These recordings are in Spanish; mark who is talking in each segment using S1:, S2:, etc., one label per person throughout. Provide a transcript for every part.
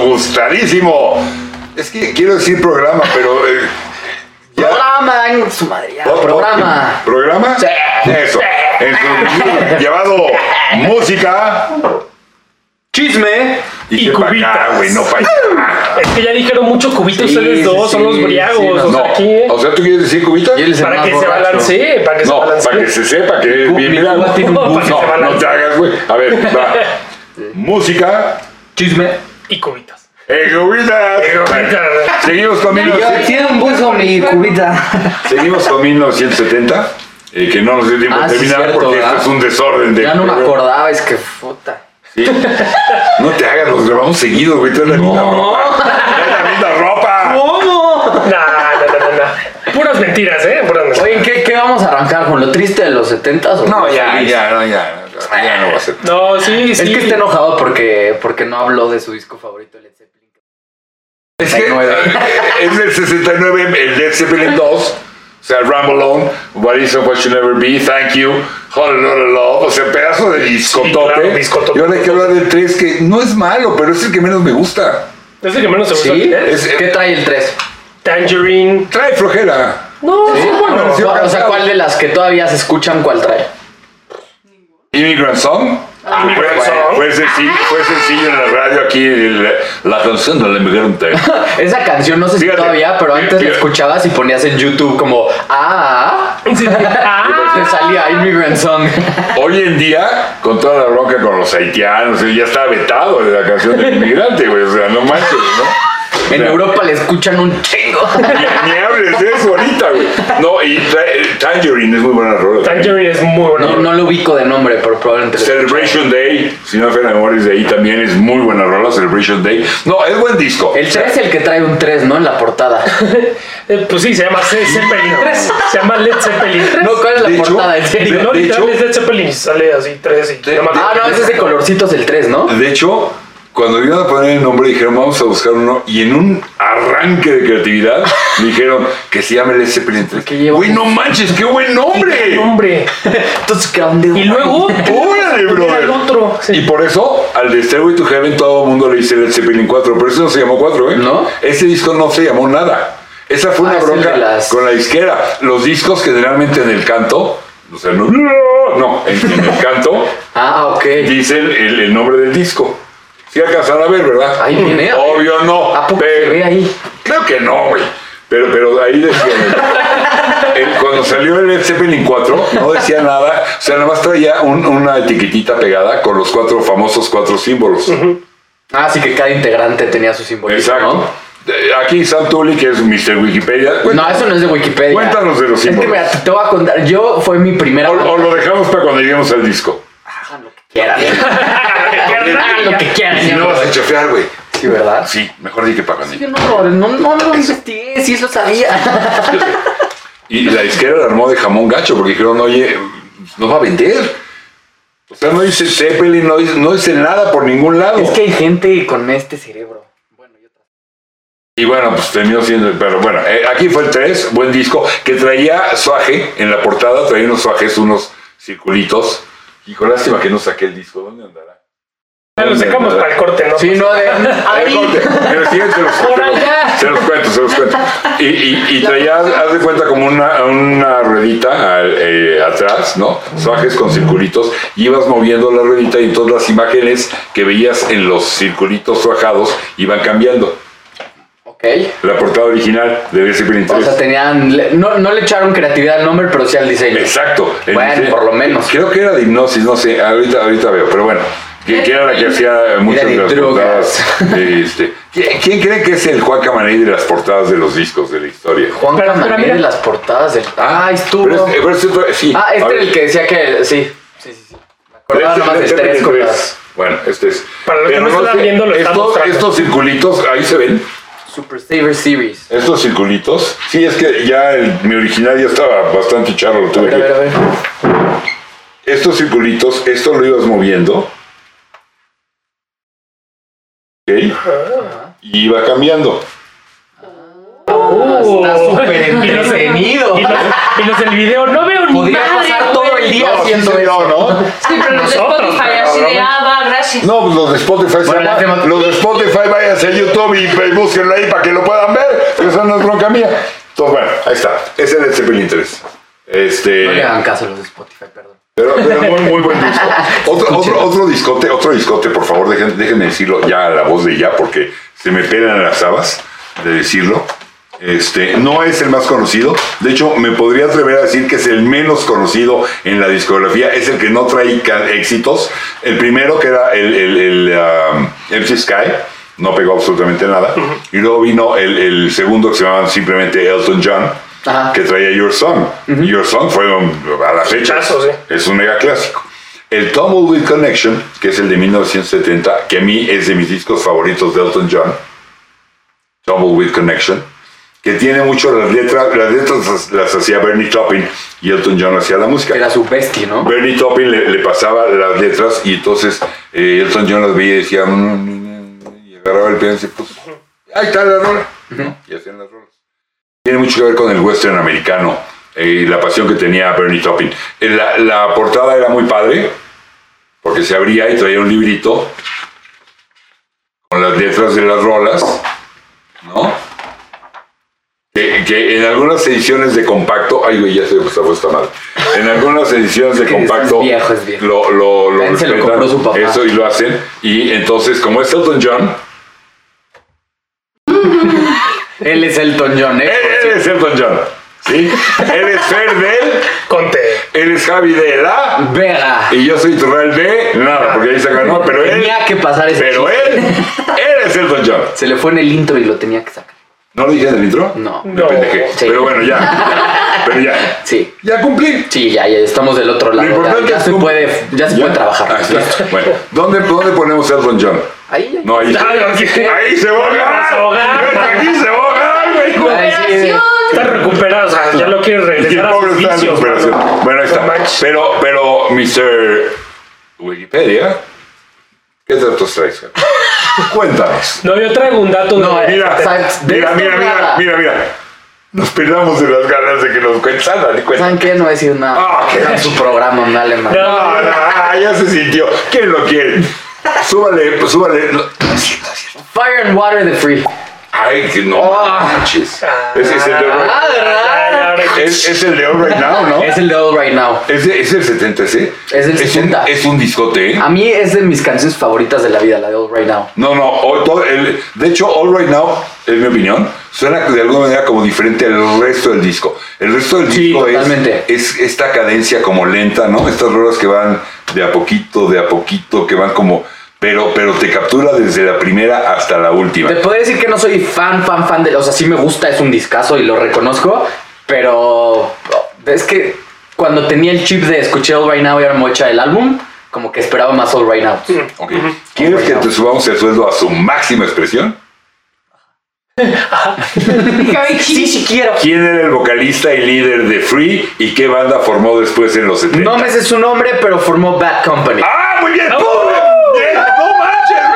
S1: frustradísimo. Es que quiero decir programa, pero. eh, ya-
S2: Programa, en su madre, ya,
S1: Oh, oh,
S2: programa.
S1: ¿Programa?
S2: Sí.
S1: Eso. En su- llevado música
S3: Chisme y,
S1: que pa'
S3: cubitas.
S1: acá, güey, no pa' allá.
S3: Es que ya dijeron mucho cubito
S2: Sí,
S3: ustedes dos,
S2: sí,
S3: son los
S2: sí,
S3: briagos.
S2: sí,
S3: o sea,
S1: No,
S3: aquí, ¿eh?
S1: o sea, ¿tú quieres decir cubita?
S2: Y él es el
S3: para
S2: más
S3: que se
S2: borracho.
S3: balancee, para que se
S1: No,
S3: balancee.
S1: para que se sepa que es bien
S2: mi
S1: milagro.
S2: cuba tiene un
S1: No,
S2: gusto.
S1: no, no te hagas, güey. A ver, va. Música.
S2: Chisme.
S3: Y cubitas.
S1: Eh, cubitas. Seguimos con
S2: Yo
S1: 1900
S2: tiene un buzo mi cubita.
S1: Seguimos con 1970. eh, que no nos dio tiempo
S2: Ah,
S1: de
S2: sí,
S1: terminar
S2: cierto,
S1: porque
S2: ¿verdad?
S1: esto es un desorden. De
S2: Ya no me
S1: pero-
S2: acordaba, es que puta.
S1: Sí. No te hagas, nos grabamos seguido, güey. Tú eres la misma ropa. Es la misma ropa.
S3: No, no, no, no, no. Puras mentiras, ¿eh? Puras mentiras.
S2: Oye, ¿en ¿qué, qué vamos a arrancar? ¿Con lo triste de los 70s? o
S1: No,
S2: con lo
S1: ya,
S2: feliz?
S1: ya, no, ya. Ya no va a ser.
S3: No, sí,
S2: Es
S3: sí.
S2: que está enojado porque, porque no habló de su disco favorito, Led Zeppelin.
S1: Es que es del 69, el Led Zeppelin 2, o sea, Ramble On, What Is and What Should Never Be, Thank You, Whole Lotta Love, o sea, pedazo de discotote.
S3: claro, discotote.
S1: Y ahora hay que hablar del 3, que no es malo, pero es el que menos me gusta.
S3: Es el que menos se gusta.
S2: ¿Sí?
S3: ¿eh?
S1: Es-
S2: ¿Qué trae el 3?
S3: Tangerine.
S1: Trae flojera.
S3: No, sí, bueno.
S1: sí,
S2: O sea,
S1: cansado.
S2: ¿cuál de las que todavía se escuchan, cuál trae?
S1: Immigrant Song.
S2: Ah,
S3: Immigrant Song.
S1: Fue sencillo, fue sencillo en la radio aquí, el- la canción del emigrante.
S2: Esa canción no sé si
S1: Fíjate,
S2: todavía, pero antes la
S1: fíjate.
S2: escuchabas y ponías en YouTube como ah,
S3: Sí, sí.
S2: ah",
S3: Ah,
S2: te salía Immigrant Song.
S1: Hoy en día, con toda la bronca con los haitianos, ya está vetado de la canción del inmigrante, güey, o sea, no manches, ¿no?
S2: En
S1: O sea,
S2: Europa le escuchan un chingo.
S1: Ni, ni hables de eso ahorita, güey. No, y tra- eh, Tangerine es muy buena rola. también.
S3: Tangerine es muy bueno.
S2: No, no lo ubico de nombre, pero probablemente. lo-
S1: Celebration Day, si no fue la memoria es de ahí también es muy buena rola, Celebration Day. No, es buen disco.
S2: El 3 es el que trae un 3, ¿no? En la portada.
S3: Eh, pues sí, se llama Ze- Zeppelin 3. Se llama Led Zeppelin 3.
S2: No, ¿cuál es la
S1: De hecho,
S2: portada? En serio.
S1: de-
S3: No, literal
S1: hecho-
S3: es Led Zeppelin y sale así 3 y se llama-
S2: Ah, no, es ese colorcito es el 3, ¿no?
S1: De hecho, cuando iban a poner el nombre dijeron vamos a buscar uno y en un arranque de creatividad dijeron que se llame el Zeppelin 3.
S2: Que lleva
S1: Güey, no manches, qué buen nombre.
S3: Hombre.
S2: Entonces, ¿qué onda?
S3: Y luego.
S1: Órale, brother.
S3: El otro. sí.
S1: Y por eso al de Stairway to Heaven todo el mundo le dice Led Zeppelin 4, pero ese no se llamó 4, ¿eh?
S2: ¿No?
S1: Ese disco no se llamó nada. Esa fue
S2: Ah,
S1: una
S2: es el
S1: bronca
S2: de las-
S1: con la disquera. Los discos generalmente en el canto, o sea, no, no, en, en el canto
S2: Ah, ok.
S1: dicen el, el nombre del disco. Si alcanzan a ver, ¿verdad?
S2: Ahí viene.
S1: Obvio no.
S2: ¿A poco se
S1: pero-
S2: ve ahí?
S1: Creo que no, güey. Pero, pero ahí decían. el- cuando salió el Led Zeppelin 4, no decía nada. O sea, nada más traía un- una etiquetita pegada con los cuatro famosos cuatro símbolos.
S2: Ah, sí que cada integrante tenía su simbolismo,
S1: Exacto. Eh, Aquí Sam Tully, que es Mr. Wikipedia.
S2: ¿no?
S1: cuenta-
S2: No, eso no es de Wikipedia.
S1: Cuéntanos de los
S2: Es que
S1: símbolos.
S2: mira, te- te voy a contar. Yo fue mi primera.
S1: o, o lo dejamos para cuando lleguemos al disco.
S2: Quieran. Hagan lo que quieran.
S1: Si
S2: ya,
S1: no vas a
S2: güey.
S1: chafear, güey.
S2: Sí, ¿verdad?
S1: Sí, mejor di que para cuando
S2: Yo no, no, no lo investigué, sí lo sabía.
S1: Yo sé. Y la izquierda la armó de jamón gacho porque dijeron, oye, no va a vender. O sea, no dice Zeppelin, no dice, no dice nada por ningún lado.
S2: Es que hay gente con este cerebro. Bueno, yo
S1: Y bueno, pues terminó siendo, pero bueno, eh, aquí fue el 3, buen disco, que traía suaje, en la portada traía unos suajes, unos circulitos. Hijo, lástima que no saqué el disco, ¿dónde andará?
S3: Ya lo sacamos para el corte, ¿no?
S2: Sí, no, de. Ahí.
S1: Pero sí, se los,
S2: Por
S1: se los-
S2: allá.
S1: se los cuento, se los cuento. Y, y- y traía, haz de cuenta, como una, una ruedita al- eh, atrás, ¿no? Suajes con circulitos. Y ibas moviendo la ruedita y entonces las imágenes que veías en los circulitos suajados iban cambiando.
S2: Ok.
S1: La portada original de DC Print
S2: O sea, tenían. le- No, no le echaron creatividad al nombre, pero sí al diseño.
S1: Exacto. El
S2: Bueno,
S1: diseño-
S2: por lo menos.
S1: Creo que era de hipnosis, no sé, ahorita, ahorita veo, pero bueno. Que, que era la que hacía muchas
S2: Era
S1: de
S2: de
S1: las
S2: drogas.
S1: portadas. de este. ¿Quién, quién cree que es el Juan Camaney de las portadas de los discos de la historia?
S2: Juan
S3: Pero, pero
S2: Camaney
S3: mira.
S2: de las portadas del. Ah,
S1: Pero
S2: estuvo.
S1: este- pero este otro- sí,
S2: Ah, este
S1: a
S2: era
S1: ver.
S2: el que decía que. Sí. Sí, sí, sí. Me
S1: Pero
S2: acordaba
S1: este-
S2: nomás de
S1: este
S2: tres
S1: es-
S2: cosas.
S1: Bueno, este es.
S3: Para los que
S1: Pero
S3: no están
S1: sé,
S3: viendo, lo están
S1: estos-
S3: mostrando.
S1: Estos circulitos, ahí se ven.
S2: Super Saver Series.
S1: Estos circulitos. Sí, es que ya el- mi original ya estaba bastante charro. lo
S2: A
S1: tuve
S2: ver, a
S1: que-
S2: ver, a ver.
S1: estos circulitos, esto lo ibas moviendo. ¿Ok? Y iba cambiando.
S3: Oh.
S2: Está súper
S3: Y los-
S2: entretenido.
S3: Y los, y los del video, no veo ni
S2: Podría
S3: madre,
S2: pasar todo
S3: güey.
S2: el día
S1: No, sí
S2: haciendo
S1: se
S2: eso.
S1: vio, ¿no?
S4: Sí, pero los de
S3: Nosotros,
S4: Spotify
S3: cabrón.
S4: así de, ah, va, casi.
S1: No, pues los de Spotify, se
S2: Bueno,
S1: llama-
S2: ya hacemos-
S1: los de Spotify váyanse a YouTube y, y búsquenlo ahí para que lo puedan ver, que eso no es bronca mía. Entonces, bueno, ahí está. Ese es el Zeppelin 3. Este,
S2: No le hagan caso a los de Spotify, perdón.
S1: pero, pero muy, muy buen disco. Otro, otro, otro discote, otro discote, por favor, dejen- déjenme decirlo ya a la voz de ya, porque se me pelan las habas de decirlo. Este, no es el más conocido. De hecho, me podría atrever a decir que es el menos conocido en la discografía. Es el que no trae ca- éxitos. El primero, que era el, el, el, um, MC Sky, no pegó absolutamente nada. Y luego vino el, el segundo, que se llamaba simplemente Elton John,
S2: Ajá.
S1: que traía Your Song. Your Song fue un- a la fecha.
S3: Hitazo, sí.
S1: Es un mega clásico. El Tumbleweed Connection, que es el de 1970, que a mí es de mis discos favoritos de Elton John. Tumbleweed Connection, que tiene mucho las letras, las letras las, las hacía Bernie Taupin y Elton John hacía la música.
S2: Que era su bestia, ¿no?
S1: Bernie Taupin le, le pasaba las letras y entonces eh, Elton John las veía y decía "Mm, mm, mm", y agarraba el piano y decía, pues ahí está la rola ¿no? y hacían las rolas tiene mucho que ver con el western americano eh, y la pasión que tenía Bernie Taupin Eh, la, la portada era muy padre porque se abría y traía un librito con las letras de las rolas ¿no? Que, que en algunas ediciones de compacto, ay güey, ya se me estafó esta madre. En algunas ediciones de
S2: que es
S1: compacto,
S2: viejo, es viejo.
S1: lo, lo, lo
S2: Él se lo
S1: respetan,
S2: compró su papá.
S1: eso y lo hacen. Y entonces, como es Elton John,
S2: Él es Elton John, ¿eh?
S1: él, él es Elton John, ¿sí? él es Fer de él,
S3: Conté.
S1: él es Javi de la,
S2: Vega.
S1: y yo soy Turral de nada, porque ahí se ganó, pero él,
S2: Tenía que pasar ese
S1: pero
S2: chiste.
S1: él, él es Elton John.
S2: Se le fue en el intro y lo tenía que sacar.
S1: ¿No lo dije en el intro?
S2: No.
S1: Me pendejé.
S2: Sí.
S1: Pero bueno, ya. Pero ya.
S2: Sí.
S1: Ya cumplí.
S2: Sí, ya, ya estamos del otro
S1: Lo
S2: lado. Ya,
S1: importante
S2: ya
S1: es
S2: se
S1: cómo-
S2: puede, ya se
S1: ¿Ya?
S2: puede trabajar.
S1: Ah, está. Bueno, ¿dónde, ¿dónde ponemos Elton John?
S2: Ahí, ahí.
S1: No, ahí.
S3: Ay, ahora sí.
S1: Ahí se va a
S3: Se va a ahogar.
S1: ahogar. Aquí se va a ahogar, güey.
S2: Ay, sí.
S3: Está recuperado, o sea, ya lo quieres
S1: Y el
S3: regresar a
S1: pobre
S3: sus
S1: está en
S3: vicios.
S1: recuperación.
S3: mano.
S1: Bueno, ahí
S3: No
S1: está.
S3: manches.
S1: Pero, pero, Mr. Wikipedia, ¿qué datos traes? güey? Cuéntanos.
S3: No, yo traigo un dato.
S2: No,
S3: de-
S2: eh.
S1: Mira,
S2: Exacto. De
S1: mira,
S2: esto
S1: mira, mira,
S2: nada.
S1: mira, mira. Nos perdamos de las ganas de que nos cuentes. Anda, di cuenta.
S2: ¿Saben qué? No voy a decir nada.
S1: Ah, qué
S2: Hagan su programa, dale, man.
S3: No,
S1: Ah, ah, ya se sintió. ¿Quién lo quiere? Súbale, pues, súbale.
S2: Fire and Water the Free.
S1: Ay, que no manches. Ese es el de
S2: Ah,
S3: Ay,
S2: ¿verdad?
S3: ahora que-
S1: Es, es el de All Right Now, ¿no?
S2: Es el de All Right Now.
S1: Es, de- es el 70, ¿sí?
S2: Es el
S1: un,
S2: 70.
S1: es un discote, ¿eh?
S2: A mí es de mis canciones favoritas de la vida, la de All Right Now.
S1: No, no, o- todo el- de hecho, All Right Now, en mi opinión, suena de alguna manera como diferente al resto del disco. El resto del
S2: Sí,
S1: disco es-
S2: totalmente.
S1: Es, esta cadencia como lenta, ¿no? Estas rolas que van de a poquito, de a poquito, que van como... Pero, pero te captura desde la primera hasta la última.
S2: Te podría decir que no soy fan, fan, fan de... O sea, sí me gusta, es un discazo y lo reconozco, pero es que cuando tenía el chip de escuché All Right Now y ahora me voy a echar el álbum, como que esperaba más All Right Now.
S1: Ok. ¿Quieres que te subamos el sueldo a su máxima expresión?
S2: Sí, sí quiero.
S1: ¿Quién era el vocalista y líder de Free y qué banda formó después en los 70?
S2: No me sé su nombre, pero formó Bad Company.
S1: ¡Ah, muy bien! ¡Tú, bien! ¡No manches!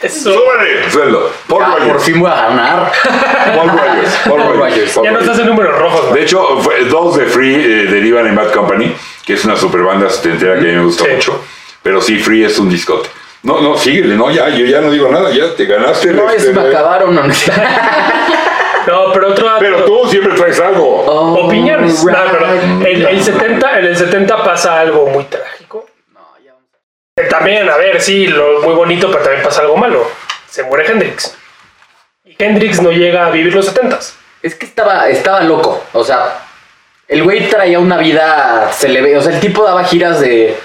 S1: ¡No
S3: Eso.
S1: manches! ¡Súbele! Sueldo. Paul
S2: Ah, por
S1: Rogers.
S2: fin voy a ganar.
S1: Paul Rogers. Paul
S2: Paul
S1: Rogers.
S2: Rogers.
S1: Paul
S3: Ya no
S1: Rogers.
S3: estás en números rojos, man.
S1: De hecho, fue- dos de Free eh, derivan en Bad Company, que es una super banda setentera que a mí me gusta
S3: Sí.
S1: mucho. Pero sí, Free es un discote. No, no, síguele, no, ya, yo ya no digo nada, ya te ganaste. el
S2: No, es,
S1: este,
S2: me acabaron. No,
S3: No, pero otro dato.
S1: Pero tú siempre traes algo.
S3: Opiniones. No,
S2: All
S3: pero
S2: Oh, right
S3: en el
S2: now.
S3: 70, en el 70 pasa algo muy trágico.
S2: No, ya vamos.
S3: Eh, También, a ver, sí, lo muy bonito, pero también pasa algo malo. Se muere Hendrix. Y Hendrix no llega a vivir los 70s.
S2: Es que estaba, estaba loco. O sea, el güey traía una vida. Se le ve. O sea, el tipo daba giras de.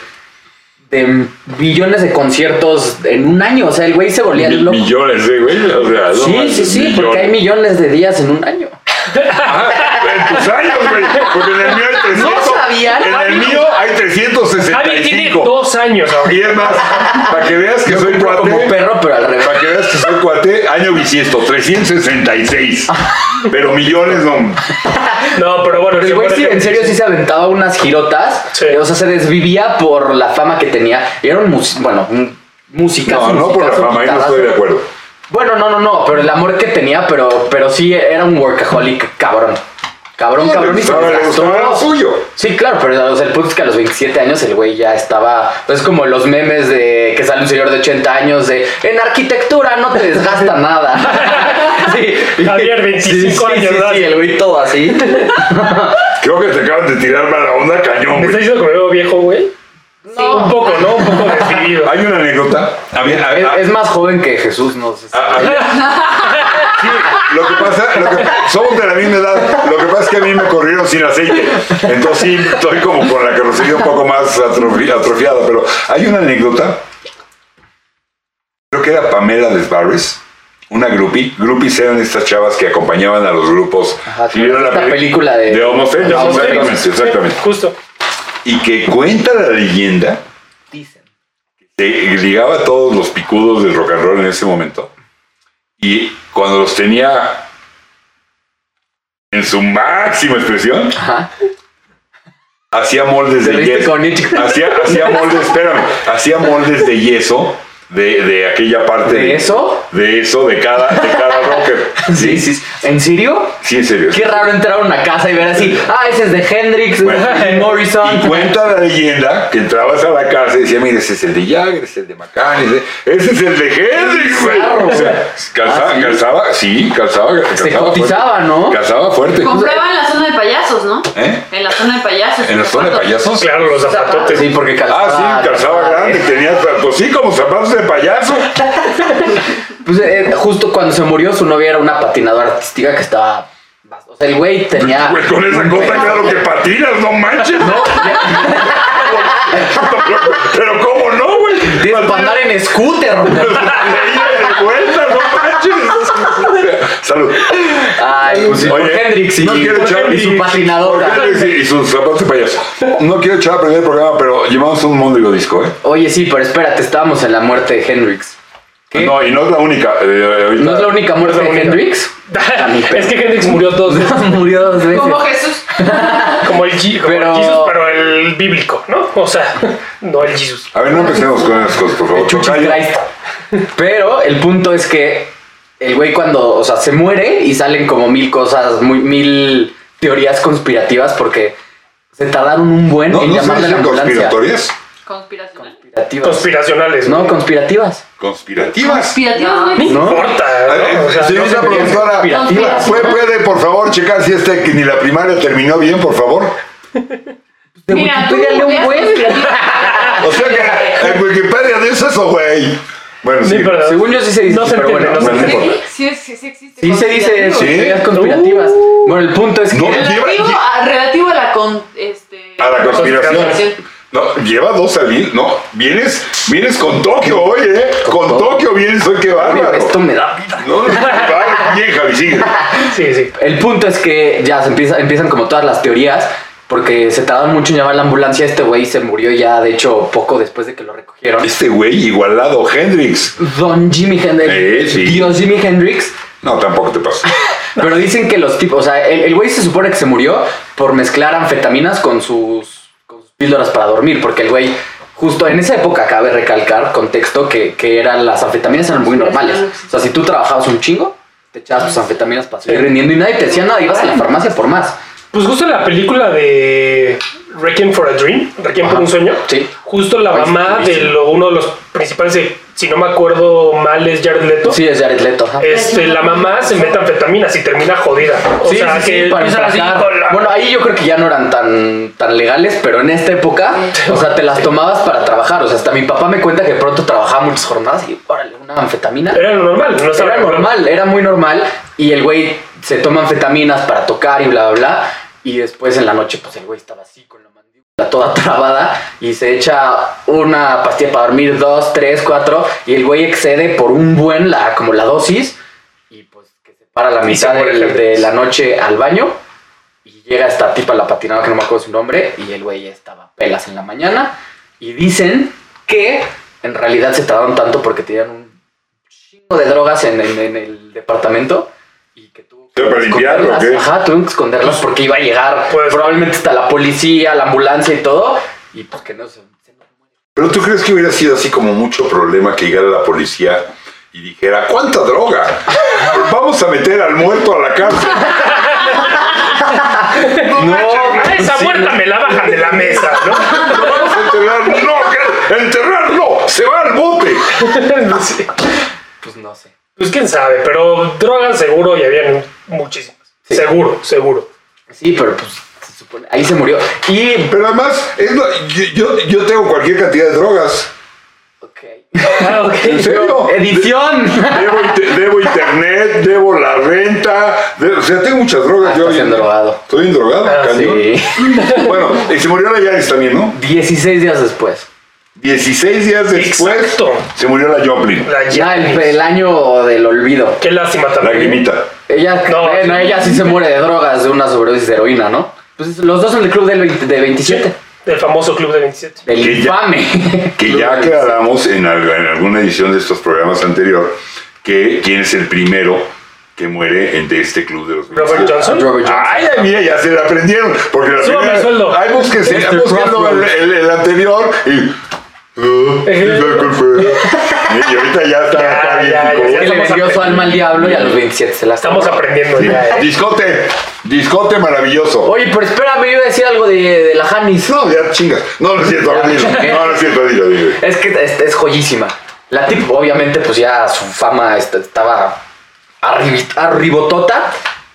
S2: de billones de conciertos en un año. O sea, el güey se volvía
S1: Mi-
S2: loco.
S1: Millones, ¿eh, güey. O sea, no
S2: Sí,
S1: manches,
S2: sí, sí, porque hay
S1: millones.
S2: millones de días en un año.
S1: Ajá, en tus años, güey. Porque en el mío hay 300.
S2: sabían?
S1: En el mío hay 365.
S3: Javi tiene dos años ahorita.
S1: Y es más, para que veas que soy cuate.
S2: Como perro, pero al revés.
S1: Para que veas que soy cuate, año bisiesto, 366. Pero millones no.
S3: No, pero
S2: Pero
S3: bueno,
S2: el
S3: se
S2: güey
S3: muere
S2: sí, en
S3: Hendrix.
S2: serio sí se aventaba unas girotas.
S3: Sí.
S2: O sea, se desvivía por la fama que tenía. Era un músico, bueno, un musicazo.
S1: No, no por la
S2: musicazo,
S1: fama, ahí no
S2: guitarrazo.
S1: estoy de acuerdo.
S2: Bueno, no, no, no, pero el amor que tenía, pero, pero sí era un workaholic cabrón. Cabrón, cabrón, y se
S1: Gustaba- le gustaba
S2: desgastó.
S1: lo suyo.
S2: Sí, claro, pero o sea, el punto es que a los 27 años el güey ya estaba. Es como los memes de que sale un señor de 80 años de en arquitectura no te desgasta nada. sí.
S3: Javier, 25
S2: Sí, sí,
S3: años,
S2: Sí,
S3: ¿verdad?
S2: sí, el güey todo así.
S1: Creo que te acaban de tirar mala onda cañón,
S3: ¿Me
S1: güey.
S3: estás diciendo que me veo viejo, güey? Un poco, ¿no? Un poco desvivido.
S1: Hay una anécdota. Había-
S2: Es,
S1: a-
S2: es más joven que Jesús, no sé. si-
S1: a- a- Sí, lo que pasa, lo que- somos de la misma edad. Lo que pasa es que a mí me corrieron sin aceite. Entonces sí, estoy como con la carrocería un poco más atrofi- atrofiada. Pero hay una anécdota. Creo que era Pamela Desbarres, una groupie. Groupies eran estas chavas que acompañaban a los grupos.
S2: Ajá,
S1: Si vieron
S2: esta
S1: peli-
S2: película de-
S1: de Homo Faber,
S2: de Homo
S1: Exactamente,
S3: Sí,
S1: exactamente.
S3: Justo.
S1: Y que cuenta la leyenda
S2: Dicen.
S1: eh, ligaba a todos los picudos del rock and roll en ese momento. Y cuando los tenía en su máxima expresión,
S2: Ajá.
S1: hacía moldes
S2: Te
S1: de
S2: reíste
S1: yeso.
S2: con Nietzsche.
S1: Hacía, hacía moldes, espérame, hacía moldes de yeso de, de aquella parte.
S2: ¿De eso?
S1: De eso, de cada, de cada rocker.
S2: Sí, sí. ¿En serio?
S1: Sí, en serio.
S2: Qué raro entrar a una casa y ver así, ah, ese es de Hendrix,
S1: Bueno,
S2: ese es de Morrison.
S1: Y cuenta la leyenda que entrabas a la casa y decía, mire, ese es el de Jagger, ese es el de McCann, ese, ese es el de Hendrix, güey.
S2: Bizarro,
S1: O sea, Este, calzaba,
S2: Ah, ¿sí?
S1: calzaba, sí, calzaba, calzaba. pues.
S2: Se
S1: fuerte.
S2: cotizaba, ¿no?
S1: Calzaba fuerte.
S4: Comprueba en la zona de payasos, ¿no?
S1: ¿Eh?
S4: En la zona de payasos.
S1: ¿En la zona de payasos?
S3: Claro, los zapatotes.
S2: Sí, porque calzaba.
S1: Ah, sí, calzaba grande,
S2: eh.
S1: tenía, pues sí, como zapatos de payaso.
S2: Pues eh, justo cuando se murió, su novia era una patinadora artística que estaba. O sea, el güey tenía.
S1: Güey, con esa cosa, claro que patinas, no manches. No, pero, pero ¿cómo no, güey?
S2: Tienes para andar en scooter.
S1: Leía de vuelta, no manches. Salud.
S2: Ay, pues sí, por
S1: Oye,
S2: Hendrix y,
S1: no quiero
S2: por
S1: echar-
S2: y su patinadora.
S1: Por Hendrix y- Y sus zapatos de payaso. No quiero echar a perder el programa, pero llevamos un móndigo disco, ¿eh?
S2: Oye, sí, pero espérate, estábamos en la muerte de Hendrix. ¿Qué?
S1: No, y no es la única. eh, ahorita-
S2: ¿No es la única muerte
S3: No es la
S2: de
S3: única.
S2: Hendrix?
S3: es que Hendrix murió dos veces.
S2: Murió dos veces.
S4: Como Jesús.
S3: Como el, G- como
S2: Pero-
S3: el Jesus, pero el bíblico, ¿no? O sea, no el Jesus.
S1: A ver, no empecemos con esas cosas, por favor.
S2: Chuchi
S1: Tocayo.
S2: Christ. Pero el punto es que el güey cuando, o sea, se muere y salen como mil cosas, muy, mil teorías conspirativas porque se tardaron un buen
S1: No,
S2: en
S1: no se
S2: llamarle a la
S1: dicen
S2: ambulancia.
S1: conspiratorias.
S4: Conspiracional.
S2: Conspirativas.
S3: Conspiracionales.
S2: No, conspirativas.
S1: Conspirativas.
S4: Conspirativas, güey.
S3: No
S2: ¿No?
S1: A
S3: importa.
S1: ver,
S3: ¿no? O sea,
S1: señorita
S3: no se me-
S1: productora,
S2: Conspirativas.
S1: ¿puede, puede, por favor checar si este que ni la primaria terminó bien, por favor?
S2: De Wikipedia lee un
S4: veas
S2: buen.
S4: conspirativas.
S1: O sea que en Wikipedia dice eso, güey. Bueno,
S3: Sí,
S1: sí.
S3: pero-
S2: Según yo sí se dice,
S3: No se
S2: pero
S3: entiende,
S2: bueno.
S3: no se
S1: bueno,
S3: entiende.
S1: importa.
S4: Sí, sí, sí existe.
S2: Sí se dice
S4: conspirativo.
S1: ¿Sí?
S2: teorías conspirativas.
S3: Uh.
S2: Bueno, el punto es que
S1: No.
S4: Relativo a, relativo a la con, este,
S1: A la conspiración.
S4: conspiración.
S1: No, lleva dos salir. No, vienes, vienes con Tokio, oye, eh. Con Tokio vienes, hoy qué bárbaro.
S2: esto me da
S1: No, no, va bien, Javi, sigue.
S3: Sí, sí.
S2: El punto es que ya se empieza, empiezan como todas las teorías, porque se tardan mucho en llamar la ambulancia. Este güey se murió ya, de hecho, poco después de que lo recogieron.
S1: Este güey igualado, Hendrix.
S2: Don Jimi Hendrix.
S1: Eh, sí.
S2: Dios Jimi Hendrix.
S1: No, tampoco te pasa.
S2: Pero dicen que los tipos, o sea, el el güey se supone que se murió por mezclar anfetaminas con sus, con sus píldoras para dormir, porque el güey, justo en esa época, cabe recalcar contexto que, que eran las anfetaminas eran muy normales. O sea, si tú trabajabas un chingo, te echabas tus anfetaminas para seguir rindiendo y nadie te decía nada, ibas a la farmacia por más.
S3: Pues justo en la película de Requiem for a Dream, Requiem por
S2: Ajá.
S3: un sueño,
S2: Sí.
S3: justo la
S2: Ay, sí,
S3: mamá de
S2: buenísimo.
S3: lo- uno de los principales, de- si no me acuerdo mal, es Jared Leto.
S2: Sí, es Jared Leto. ajá.
S3: Este, la mamá se mete anfetaminas y termina jodida. O
S2: Sí,
S3: sea,
S2: sí, sí,
S3: que
S2: para
S3: empiezan así
S2: emplacar.
S3: con la-
S2: Bueno, ahí yo creo que ya no eran tan, tan legales, pero en esta época, o sea, te las tomabas para trabajar. O sea, hasta mi papá me cuenta que pronto trabajaba muchas jornadas y, órale, una anfetamina.
S3: Era lo normal, no estaba
S2: Era normal, era muy normal. Y el güey se toma anfetaminas para tocar y bla, bla, bla. Y después en la noche, pues el güey estaba así con la mandíbula toda trabada y se echa una pastilla para dormir, dos, tres, cuatro. Y el güey excede por un buen, la, como la dosis. Y pues que se para a la
S3: Y se
S2: mitad
S3: muere
S2: del-
S3: Hendrix.
S2: de la noche al baño. Y llega esta tipa, la patinada, que no me acuerdo su nombre. Y el güey ya estaba pelas en la mañana. Y dicen que en realidad se tardaron tanto porque tenían un chingo de drogas en, en- en el departamento y que tuvo que
S1: ¿Pero para limpiarlo o qué?
S2: Ajá, tuvieron que esconderlas porque iba a llegar
S3: Pues-
S2: probablemente hasta la policía, la ambulancia y todo. Y pues que no se... se nos muere.
S1: Pero tú crees que hubiera sido así como mucho problema que llegara la policía y dijera, ¿cuánta droga? Vamos a meter al muerto a la cárcel.
S3: A esa
S2: sí,
S3: muerta me la bajan de la mesa, ¿no?
S1: ¡Vamos a enterrar! ¡No! que- ¡Enterrar no! ¡Se va al bote!
S3: No sé.
S2: Pues no sé.
S3: Pues quién sabe, pero drogas seguro y habían muchísimas.
S2: Sí.
S3: Seguro, seguro.
S2: Sí, pero pues se supone. Ahí se murió. Y.
S1: Pero además, es la- yo, yo, yo tengo cualquier cantidad de drogas.
S2: Ok.
S3: Ah,
S1: ¿En serio?
S2: ¡Edición! Ah,
S1: Debo, inte- debo internet, debo la renta, de- o sea, tengo muchas drogas.
S2: Ah,
S1: yo
S2: estás
S1: hoy en-
S2: bien drogado.
S1: Estoy bien drogado,
S3: Ah,
S1: cañón.
S2: Sí.
S1: Bueno, y se murió la Yaris también, ¿no?
S2: 16 días después.
S1: 16 días después
S3: Exacto.
S1: se murió la Joplin,
S3: La
S2: Ya el,
S3: Janis.
S2: el año del olvido.
S3: Qué lástima
S1: la
S3: también.
S1: grimita.
S2: Ella,
S3: No.
S2: bueno, ella sí se muere de drogas de una sobredosis de heroína, ¿no? Pues los dos en el club del 20 de 27.
S3: Del famoso club de 27.
S2: Del
S1: Que ya-
S2: infame.
S1: Que ya aclaramos en, al- en alguna edición de estos programas anterior que quién es el primero que muere en, de este club de los
S3: Robert Johnson.
S2: Robert Johnson.
S1: Ay, ay, mira, ya se la aprendieron. Porque la
S3: Súbame el sueldo.
S1: Ay, búsquense,
S2: Mr.
S1: buscando el,
S2: Crossroads.
S1: el- el anterior y. "Ah, es la culpa". y ahorita ya está
S3: Ya,
S1: acá bien picón.
S3: ya, ya,
S2: Que le
S3: Estamos
S2: vendió su
S3: aprendiendo.
S2: alma al diablo y a los 27 se la
S3: Estamos
S2: tomó.
S3: aprendiendo ya. ¿eh?
S1: Discote, discote maravilloso.
S2: Oye, pero espérame, yo decía algo de, de la Janis.
S1: No, ya chingas. No, no es cierto,
S2: Ya,
S1: dilo.
S2: chingué.
S1: No, no es cierto, dilo, dilo.
S2: Es que es, es joyísima. La tip, obviamente, pues ya su fama est- estaba arribi- arribotota.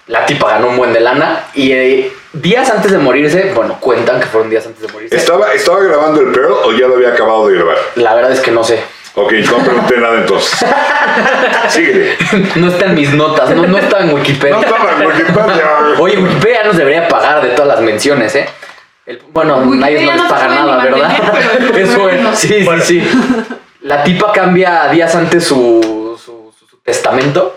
S2: La tipa ganó un buen de lana. Y eh, días antes de morirse, bueno, cuentan que fueron días antes de morirse.
S1: ¿Estaba, ¿Estaba grabando el Pearl o ya lo había acabado de grabar?
S2: La verdad es que no sé.
S1: Ok, no pregunté nada entonces. Síguele.
S2: No está en mis notas, no, no está en
S1: No
S2: Wikipedia.
S1: estaba, porque pasa.
S2: Oye, Wikipedia nos debería pagar de todas las menciones, ¿eh? El- bueno, nadie
S4: Wikipedia
S2: nos
S4: no
S2: paga
S4: se puede
S2: nada,
S4: ni
S2: ¿verdad?
S4: mantener, pero es
S2: Eso
S4: bueno.
S2: es. Sí,
S3: Bueno.
S2: sí, sí. La tipa cambia días antes su, su- su- su testamento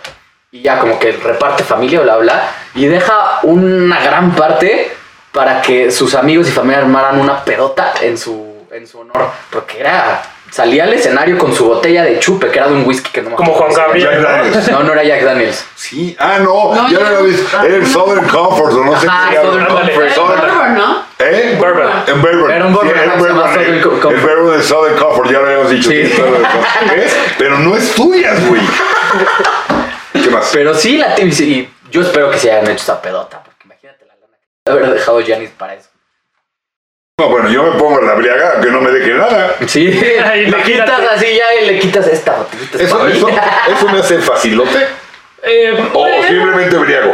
S2: y ya como que reparte familia, bla, bla, y deja una gran parte para que sus amigos y familia armaran una pedota en su, en su honor, porque era... Salía al escenario con su botella de chupe, que era de un whisky que no me
S3: Como
S2: acuerdo
S3: Juan
S2: cómo se llama.
S3: Gabriel.
S1: Daniels.
S2: No, no era Jack Daniels.
S1: Sí, ah, no,
S4: No,
S1: ya
S4: ya
S1: lo
S4: no.
S1: había visto. Era el Southern Comfort, o no sé
S4: Ah,
S2: Ajá,
S1: qué. era.
S2: Southern
S3: Ándale.
S2: Comfort.
S1: Southern-
S4: Robert, ¿no?
S1: ¿Eh?
S3: Bourbon.
S1: En Bourbon.
S2: Era un bourbon,
S1: Sí, era
S2: ajá,
S1: un
S2: se llama
S1: bourbon.
S2: Southern
S1: El,
S2: Comfort.
S1: el bourbon de Southern Comfort, ya lo habíamos dicho.
S2: Sí.
S1: sí, Southern Comfort. ¿Ves? Pero no estudias, güey. ¿Qué más?
S2: Pero sí, la TV, sí, y yo espero que se hayan hecho esa pedota, porque imagínate la lana que debe haber dejado Janis para eso.
S1: No, bueno, yo me pongo la briaga, que no me deje nada.
S2: Sí, le
S3: imagínate.
S2: quitas así ya y le quitas esta botellita. es
S1: Eso,
S2: para mí.
S1: eso, eso me hace facilote
S3: Eh,
S1: o
S3: eh,
S1: simplemente briago.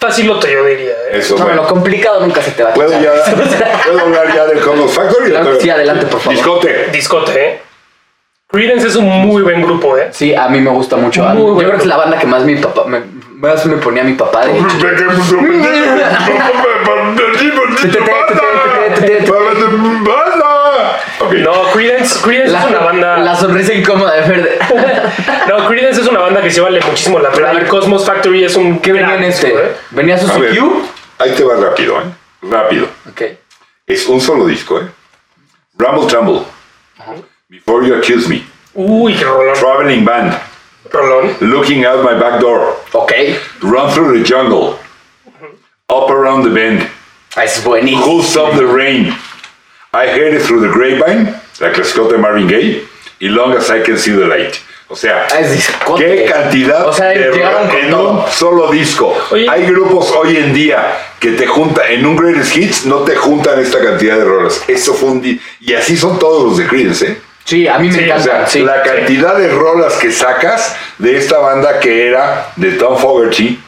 S3: facilote, yo diría. ¿eh?
S1: Eso,
S2: No,
S1: bueno.
S2: lo complicado nunca se te va a
S1: ¿Puedo,
S2: quitar.
S1: ya, ¿Puedo hablar ya del Cosmos Factory?
S2: Claro que sí, adelante, por favor.
S1: Discote.
S3: Discote, ¿eh? Creedence es un muy buen grupo, ¿eh?
S2: Sí, a mí me gusta mucho. A mí-
S3: Muy
S2: yo
S3: bueno.
S2: creo que es la banda que más mi papá me, más me ponía mi papá de hecho.
S1: Ok.
S3: No, Creedence, Creedence
S2: La,
S3: es una banda.
S2: la sonrisa incómoda de Verde.
S3: No, Creedence es una banda que sí vale muchísimo la pena.
S2: Pero a ver,
S3: El Cosmos Factory es un.
S2: ¿Qué venía en
S3: gran
S2: este?
S3: disco, ¿eh?
S2: ¿Venía
S1: A ver,
S2: Suzuki?
S1: ahí te va rápido, ¿eh? Rápido.
S2: Ok.
S1: Es un solo disco, ¿eh? Rumble Tumble. Before You Accuse Me.
S3: Uy, qué rolón.
S1: Traveling Band.
S3: Rolón.
S1: Looking Out My Back Door.
S2: Ok.
S1: Run Through the Jungle. Up Around the Bend.
S2: Ah, Es buenísimo.
S1: Who Stopped the Rain? I Heard It Through the Grapevine, la clasicota de Marvin Gaye, y Long As I Can See the Light. O sea,
S2: Ah, Es discote.
S1: qué cantidad
S2: O sea,
S1: de
S2: llegaron
S1: rock
S2: con
S1: en
S2: todo.
S1: un solo disco.
S3: Oye.
S1: Hay grupos hoy en día que te juntan, en un Greatest Hits no te juntan esta cantidad de rolas. Esto fue un di- Y así son todos los de Creedence, ¿eh?
S2: Sí, a mí me
S3: Sí, o
S1: O
S2: encanta.
S1: sea,
S2: sí.
S1: la cantidad de rolas que sacas de esta banda que era de Tom Fogerty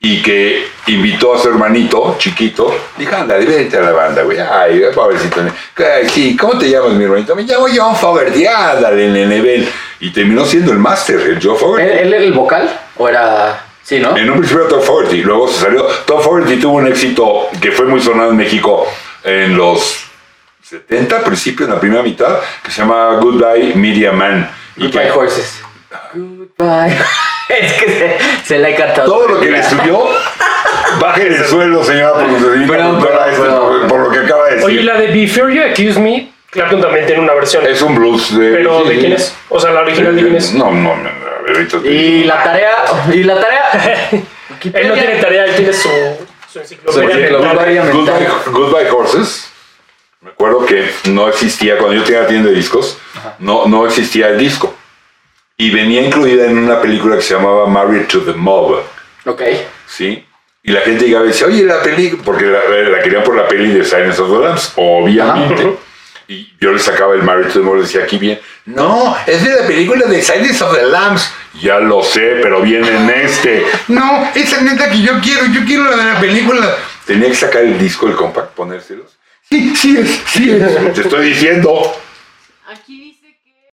S1: y que invitó a su hermanito chiquito. Dijo, anda, vente a la banda, güey. Ay, pobrecito. nene. Ay, sí, ¿cómo te llamas, mi hermanito? Me llamo John Fogerty. Ándale, nene, ven. Y terminó siendo el máster, el John
S2: ¿Él,
S1: Fogerty.
S2: él era el vocal? ¿O era.? Sí, ¿no?
S1: En un principio era Tom Fogerty, luego se salió. Tom Fogerty tuvo un éxito que fue muy sonado en México en los 70, principios, en la primera mitad, que se llama Goodbye Media Man. Y
S2: Goodbye
S1: que-
S2: Horses. Goodbye. es que se, se la he cantado.
S1: todo lo que le subió, baje del suelo, señora productora,
S2: Perdón,
S1: productora,
S2: perdón,
S1: este,
S2: perdón.
S1: por lo que acaba de decir.
S3: Oye, la de Before You Accuse Me, Clapton también tiene una versión.
S1: Es un blues de.
S3: Pero ¿de quién es? O sea, la original de quién es.
S1: No, no, no, a ver, ahorita te
S2: Y
S1: digo.
S2: la tarea. Y la tarea.
S3: Él no tiene tarea, él tiene su, su enciclopedia.
S2: Su enciclopedia. Goodbye
S3: mental.
S1: Goodbye,
S2: mental.
S1: Goodbye Horses. Me acuerdo que no existía, cuando yo tenía tienda de discos, no, no existía el disco. Y venía incluida en una película que se llamaba Married to the Mob.
S2: Ok.
S1: ¿sí? Y la gente llegaba y decía, oye, la peli, porque la, la querían por la peli de Silence of the Lambs, obviamente. Y yo le sacaba el Marriage to the Moon, le decía, aquí bien. No, es de la película de Silence of the Lambs. Ya lo sé, pero viene en este. No, esa neta que yo quiero, yo quiero la de la película. Tenía que sacar el disco, el compact, ponérselos. Sí, sí es, sí es. Te estoy diciendo.
S4: Aquí dice que.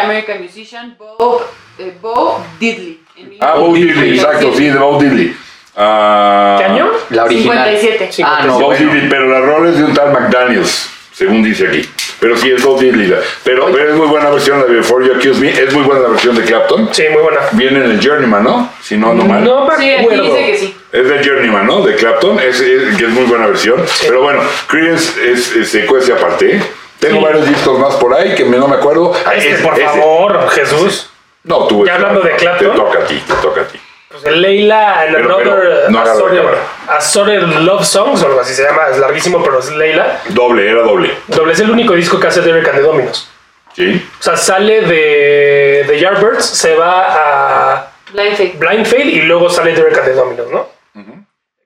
S4: American Musician Bob, eh, Bo Diddley. en
S1: Ah, Bo Diddley, exacto, sí, de Bo Diddley. Ah,
S3: ¿Qué ¿Este año?
S2: La original.
S4: 57.
S2: Ah, no,
S1: Bob
S2: bueno.
S1: Dylan, pero la rol es de un tal McDaniels, según dice aquí. Pero sí, es Bob Dylan. Pero, pero es muy buena versión la de Before You Accuse Me. Es muy buena la versión de Clapton.
S3: Sí, muy buena.
S1: Viene en el Journeyman, ¿no? Si no, no mal.
S3: No
S4: Sí,
S3: me
S4: aquí
S3: acuerdo.
S4: dice que sí.
S1: Es de Journeyman, ¿no? De Clapton. Es, es- que es muy buena versión. Pero bueno, Creedence es, es secuencia aparte. ¿eh? Tengo
S3: Sí.
S1: varios discos más por ahí que me- no me acuerdo. Ah,
S3: Este,
S1: ese,
S3: por
S1: ese.
S3: favor, Jesús.
S1: No, tú.
S3: Ya hablando de Clapton.
S1: Te toca a ti, te toca a ti.
S3: Pues el Leila and
S1: Pero- pero
S3: Another
S1: no haga la
S3: Assorted,
S1: cámara.
S3: Assorted Love Songs, o algo así se llama, es larguísimo, pero es Leila.
S1: Doble, era doble.
S3: Doble es el único disco que hace Derek and the Dominos.
S1: ¿Sí?
S3: O sea, sale de, de Yardbirds, se va a
S4: Blind Faith.
S3: Blind Faith y luego sale Derek and the Dominos, ¿no?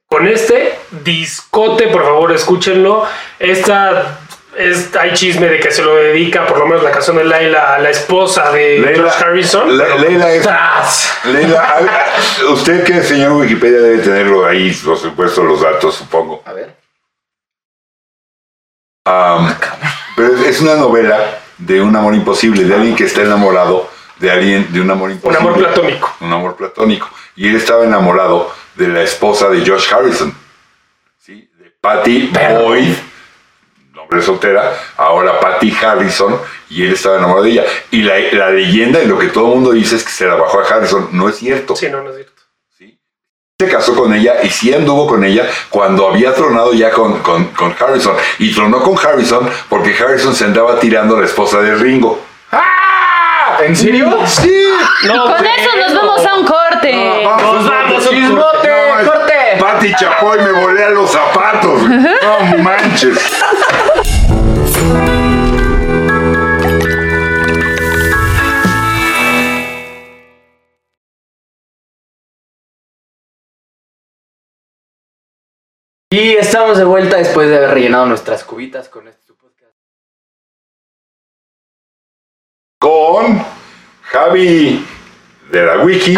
S3: Con este discote, por favor, escúchenlo. Esta, es- hay chisme de que se lo dedica, por lo menos la canción de Leila, a la esposa de
S1: Leila-
S3: George Eh, Harrison.
S1: Le-
S3: pero-
S1: Leila es-
S3: ¡Tras!
S1: Leila, a- a- usted que es señor Wikipedia debe tenerlo ahí, por supuesto, los datos, supongo.
S2: A ver.
S1: Am, pero es- es una novela de un amor imposible, de alguien que está enamorado de alguien, de un amor
S3: Un
S1: imposible.
S3: amor platónico.
S1: Un amor platónico. Y él estaba enamorado de la esposa de Josh Harrison, ¿sí? de Patty Boyd, nombre soltera, ahora Patty Harrison, y él estaba enamorado de ella. Y la, la leyenda y lo que todo el mundo dice es que se la bajó a Harrison, no es cierto.
S3: Sí, no, no es cierto.
S1: se casó con ella y sí anduvo con ella cuando había tronado ya con, con, con Harrison. Y tronó con Harrison porque Harrison se andaba tirando a la esposa de Ringo.
S2: ¿En serio?
S1: Sí.
S3: No,
S5: Con
S3: pero-
S5: eso nos vamos a un corte.
S4: pues
S3: Nos vamos, un
S2: ¡Chismote!
S1: No, es-
S2: ¡Corte!
S1: Pati Chapoy me volea los zapatos. No manches.
S2: Y estamos de vuelta después de haber rellenado nuestras cubitas con este podcast.
S1: Con Javi de la Wiki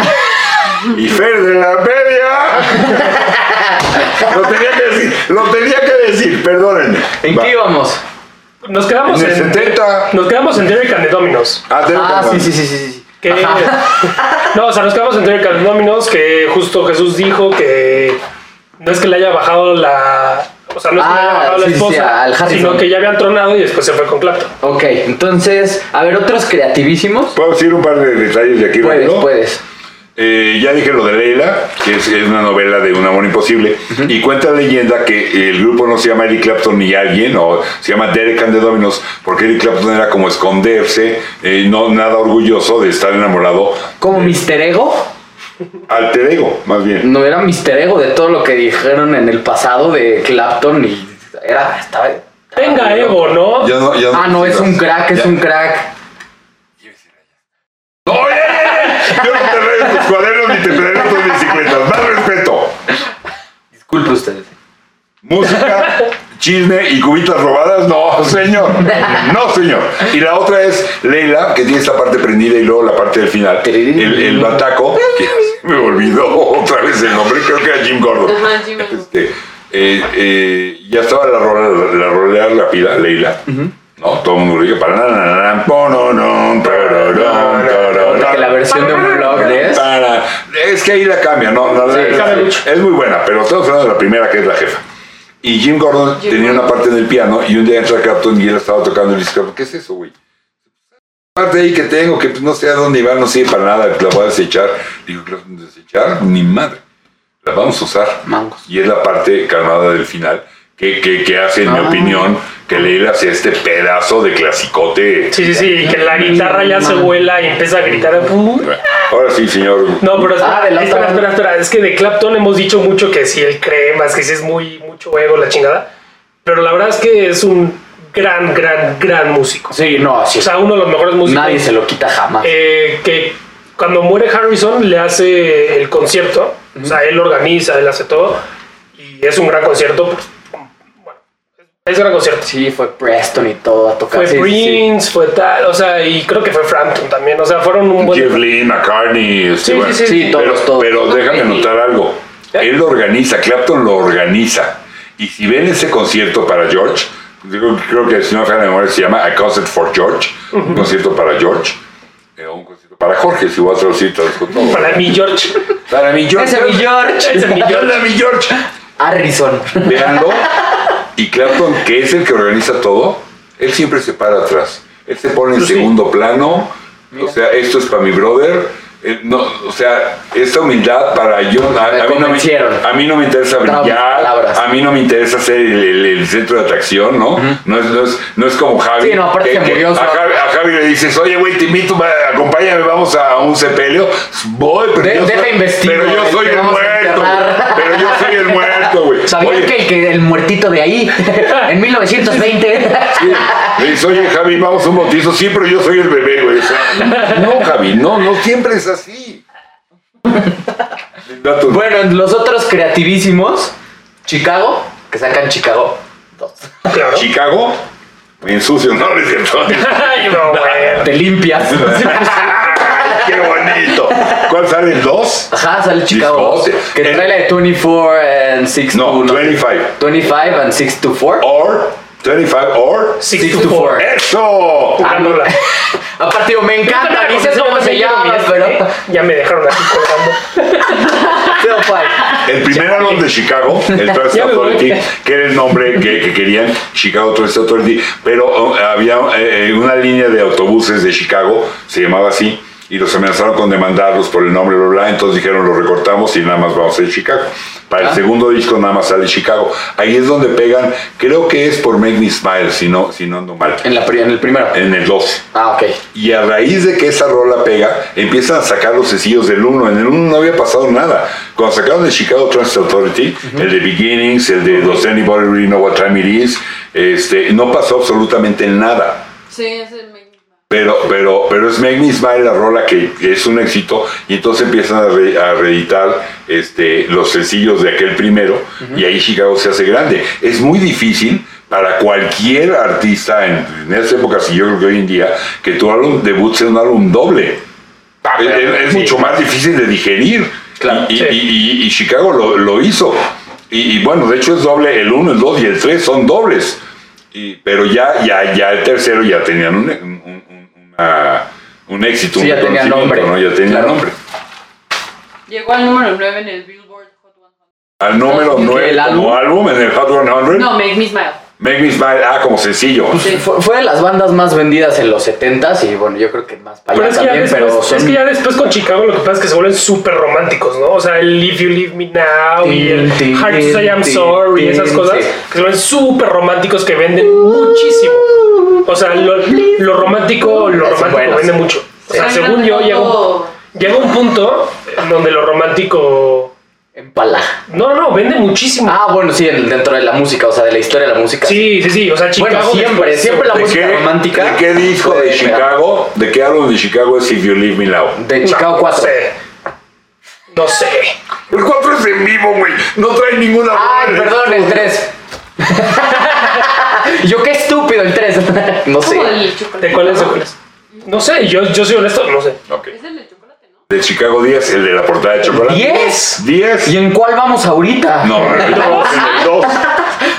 S1: y Fer de la Media. Lo tenía que decir, lo tenía que decir, perdónenme.
S2: ¿En
S1: Va.
S2: qué íbamos?
S3: Nos quedamos
S1: En
S3: en,
S1: el 70.
S3: Nos quedamos en Derek and the Dominos.
S1: Ah, tengo
S2: Ah,
S1: que-
S2: sí, sí, sí, sí. sí.
S3: Que,
S2: Ajá.
S3: no, o sea, nos quedamos en Derek and the Dominos que justo Jesús dijo que no es que le haya bajado la. O sea, no es que le haya
S2: Ah,
S3: bajado la
S2: sí, sí, sí,
S3: esposa,
S2: al Harrison.
S3: sino que ya habían tronado y después se fue con Clapton.
S2: Ok, entonces, a ver, otros creativísimos.
S1: ¿Puedo decir un par de detalles de aquí?
S2: Puedes,
S1: rápido?
S2: puedes.
S1: Eh, ya dije lo de Leila, que es, es una novela de un amor imposible, y cuenta la leyenda que el grupo no se llama Eric Clapton ni alguien, o se llama Derek and the Dominos, porque Eric Clapton era como esconderse, eh, no nada orgulloso de estar enamorado,
S2: Como Mister Ego.
S1: alter ego, Ah, más bien.
S2: No era Mister Ego de todo lo que dijeron en el pasado de Clapton y era. Estaba,
S3: Tenga ego, ¿no?
S1: Ya no- ya
S2: Ah, no, es un crack, es
S1: Ya.
S2: un crack.
S1: ¡No, ya, ya, ya! Yo no te reo tus cuadernos ni te reo tus bicicletas, más respeto.
S2: Disculpe ustedes.
S1: Música, chisme y cubitas robadas, no, señor. No, señor. Y la otra es Leila, que tiene esta parte prendida y luego la parte del final. El, el bataco, que me olvidó otra vez el nombre, creo que era Jim Gordon.
S4: Ajá, Jim Gordon.
S1: Este, eh, eh, ya estaba la rola, la rolea rápida, Leila. No, todo el mundo lo dice para na, na, na, na, pororón, pororón, pororón.
S2: Porque la versión de un blog de es.
S1: Para- es que ahí la cambia, no, La- la-
S2: Sí,
S1: la-
S3: cambia
S1: es muy buena, pero estamos hablando de la primera que es la jefa. Y Jim Gordon tenía una parte en el piano y un día entra Clapton y él estaba tocando y le dice, ¿qué es eso, güey? Parte ahí que tengo, que pues, no sé a dónde va, no sirve para nada, la voy a desechar. Digo, Clapton, desechar, ni madre. La vamos a usar.
S2: Mangos.
S1: Y es la parte calmada del final que, que, que hace, en mi
S2: Ah.
S1: opinión, que Leila hace este pedazo de clasicote.
S3: Sí, sí, sí, que la guitarra ya se vuela y empieza a gritar. "Pu-".
S1: Ahora sí, señor.
S3: No, pero
S2: Ah,
S3: espera,
S2: de la
S3: espera,
S2: otra.
S3: espera, espera. Es que de Clapton hemos dicho mucho que si el cremas, que si es muy mucho ego, la chingada. Pero la verdad es que es un gran, gran, gran músico.
S2: Sí, no, sí.
S3: O sea, uno de los mejores músicos.
S2: Nadie se lo quita jamás.
S3: eh, que cuando muere Harrison le hace el concierto, o sea, él organiza, él hace todo, y es un gran concierto, pues, bueno, es gran concierto.
S2: Sí, fue Preston y todo a tocar.
S3: Fue
S2: sí, sí, sí.
S3: Prince, fue tal, o sea, y creo que fue Frampton también, o sea, fueron un buen...
S1: Jeff Lynne, McCartney, este,
S3: sí,
S1: bueno.
S3: sí.
S2: Sí, todos,
S1: pero,
S2: todos.
S1: pero déjame notar algo.
S3: ¿Eh?
S1: Él lo organiza, Clapton lo organiza. Y si ven ese concierto para George, digo, creo que si no me falla la memoria se llama A Concert for George, un concierto para George, eh, un concierto para Jorge, si voy a traducir, traduzco todo.
S3: Para mí, George.
S1: Para mi George.
S2: Ese mi George.
S3: Ese mi George.
S1: Para mi George.
S2: Harrison.
S1: Véanlo. Y Clapton, que es el que organiza todo, él siempre se para atrás. Él se pone en
S3: Sí.
S1: segundo plano. O sea, esto es para mi brother. Él no, o sea, esta humildad para yo. A,
S2: Me
S1: a mí, no
S2: convencieron.
S1: me, a mí no me interesa
S2: Trabas,
S1: brillar.
S2: palabras.
S1: A mí no me interesa ser el, el- el centro de atracción, ¿no? no, es, no, es, no es como Javi.
S2: Sí, no, aparte se murió,
S1: a,
S2: o sea-
S1: Javi, a Javi le dices, oye, güey, te invito, va, acompáñame, vamos a un sepelio. Voy, pero
S2: De-
S1: yo
S2: deja
S1: soy-
S2: investigo,
S1: Pero yo
S2: güey,
S1: soy
S2: te
S1: el
S2: vamos a
S1: muerto.
S2: enterrar.
S1: Pero yo soy el muerto, güey.
S2: ¿Sabían
S1: Oye,
S2: que el, que el muertito de ahí, en 1920?
S1: Le dice, oye, Javi, vamos a un bautizo. Sí, pero yo soy el bebé, güey. O sea, no, Javi, no, no siempre es así. Datos.
S2: bueno, los otros creativísimos, Chicago, que sacan Chicago.
S3: Claro.
S1: Chicago, me ensucio, no, no es cierto.
S3: Ay, no, bueno.
S2: Te limpias.
S1: Qué bonito. ¿Cuál sale? ¿Dos?
S2: Ajá, sale Chicago.
S1: Discote.
S2: Que
S1: El-
S2: trae la de 24 and 6
S1: No, Oh,
S2: to
S1: 25.
S2: 25 and 6 to 4.
S1: Or, 25, or.
S3: Six to four. Eh.
S1: ¡Eso!
S2: Ah,
S3: Jugándola.
S2: Aparte, me encanta, dices cómo se llama, pero.
S3: Eh, Ya me dejaron así colgando.
S2: Still five.
S1: El primer álbum de Chicago, el Trust
S3: Ya me voy.
S1: Authority, que era el nombre que, que querían, Chicago Trust Authority, pero oh, había eh, una línea de autobuses de Chicago, se llamaba así, y los amenazaron con demandarlos por el nombre, bla, bla, entonces dijeron, lo recortamos y nada más vamos a ir a Chicago. Para
S3: Ah.
S1: el segundo disco nada más sale Chicago. Ahí es donde pegan, creo que es por Make Me Smile, si no, si no ando mal,
S2: En, la, pri- en el primero.
S1: en el 12.
S2: Ah, ok.
S1: Y a raíz de que esa rola pega, empiezan a sacar los sencillos del 1. En el 1 no había pasado nada. Cuando sacaron el Chicago Transit Authority, el de Beginnings, el de Does Anybody Really Know What Time It Is, este, no pasó absolutamente nada.
S4: Sí, es el mismo.
S1: Pero, pero, pero es Make Me Smile la rola que es un éxito y entonces empiezan a, re- a reeditar este, los sencillos de aquel primero y ahí Chicago se hace grande. Es muy difícil para cualquier artista en, en esa época, si yo creo que hoy en día, que tu álbum debut sea un álbum doble. Es, es- es
S3: Sí.
S1: mucho más difícil de digerir.
S2: Claro,
S1: y, y-
S3: sí.
S1: y- y- y Chicago lo, lo hizo. Y, y bueno, de hecho es doble, el 1, el 2 y el 3 son dobles. Y- pero ya, ya, ya el tercero ya tenían un, un- un- una- un éxito,
S2: Sí,
S1: un
S2: ya tenía
S1: reconocimiento,
S2: nombre.
S1: ¿no? Ya tenía
S2: Claro.
S1: nombre.
S4: Llegó al número 9 en el Billboard Hot 100.
S1: Al número
S2: ¿El
S1: 9 como álbum en el Hot 100.
S4: No, Make Me Smile.
S1: Make Me Smile, ah, como sencillo.
S4: Sí.
S2: Fue, fue de las bandas más vendidas en los 70s y bueno, yo creo que más para
S3: Pero
S2: allá
S3: es, que ya
S2: también,
S3: después,
S2: pero son.
S3: es que ya después con Chicago lo que pasa es que se vuelven súper románticos, ¿no? O sea, el If You Leave Me Now y el
S2: Tin,
S3: Hard to Say I'm
S2: tin,
S3: Sorry,
S2: tin,
S3: esas cosas
S2: sí.
S3: que se vuelven súper románticos que venden muchísimo. O sea, lo, lo romántico, lo
S2: Son
S3: romántico
S2: buenos.
S3: vende mucho. O sea,
S4: Suena
S3: según yo,
S4: todo-
S3: llega un, llega un punto donde lo romántico.
S2: Empala.
S3: No, no, vende muchísimo.
S2: Ah, bueno, sí, en- dentro de la música, o sea, de la historia de la música.
S3: Sí, sí, sí. O sea, Chicago.
S2: Bueno, siempre,
S3: después-
S2: siempre la
S1: ¿De
S2: música
S1: qué,
S2: romántica.
S1: ¿De qué disco de
S2: Fue-
S1: Chicago? ¿De qué álbum de Chicago es If You Leave Me Now?
S2: De Chicago
S3: no
S2: 4.
S3: sé. No sé.
S1: El 4 es en vivo, güey. No trae ninguna
S2: Ay,
S1: rola.
S2: perdón, el 3. yo qué estúpido, el 3. no sé.
S4: ¿Cómo del chocolate?
S3: ¿De cuál es? ¿De cuál es? No sé, yo, yo soy honesto, no sé.
S1: Ok.
S4: Es el del chocolate, ¿no?
S1: De Chicago 10, el de la portada de chocolate.
S2: ¿Diez? ¿Y
S1: ¿10?
S2: en cuál vamos ahorita?
S1: No, el 2, el 2.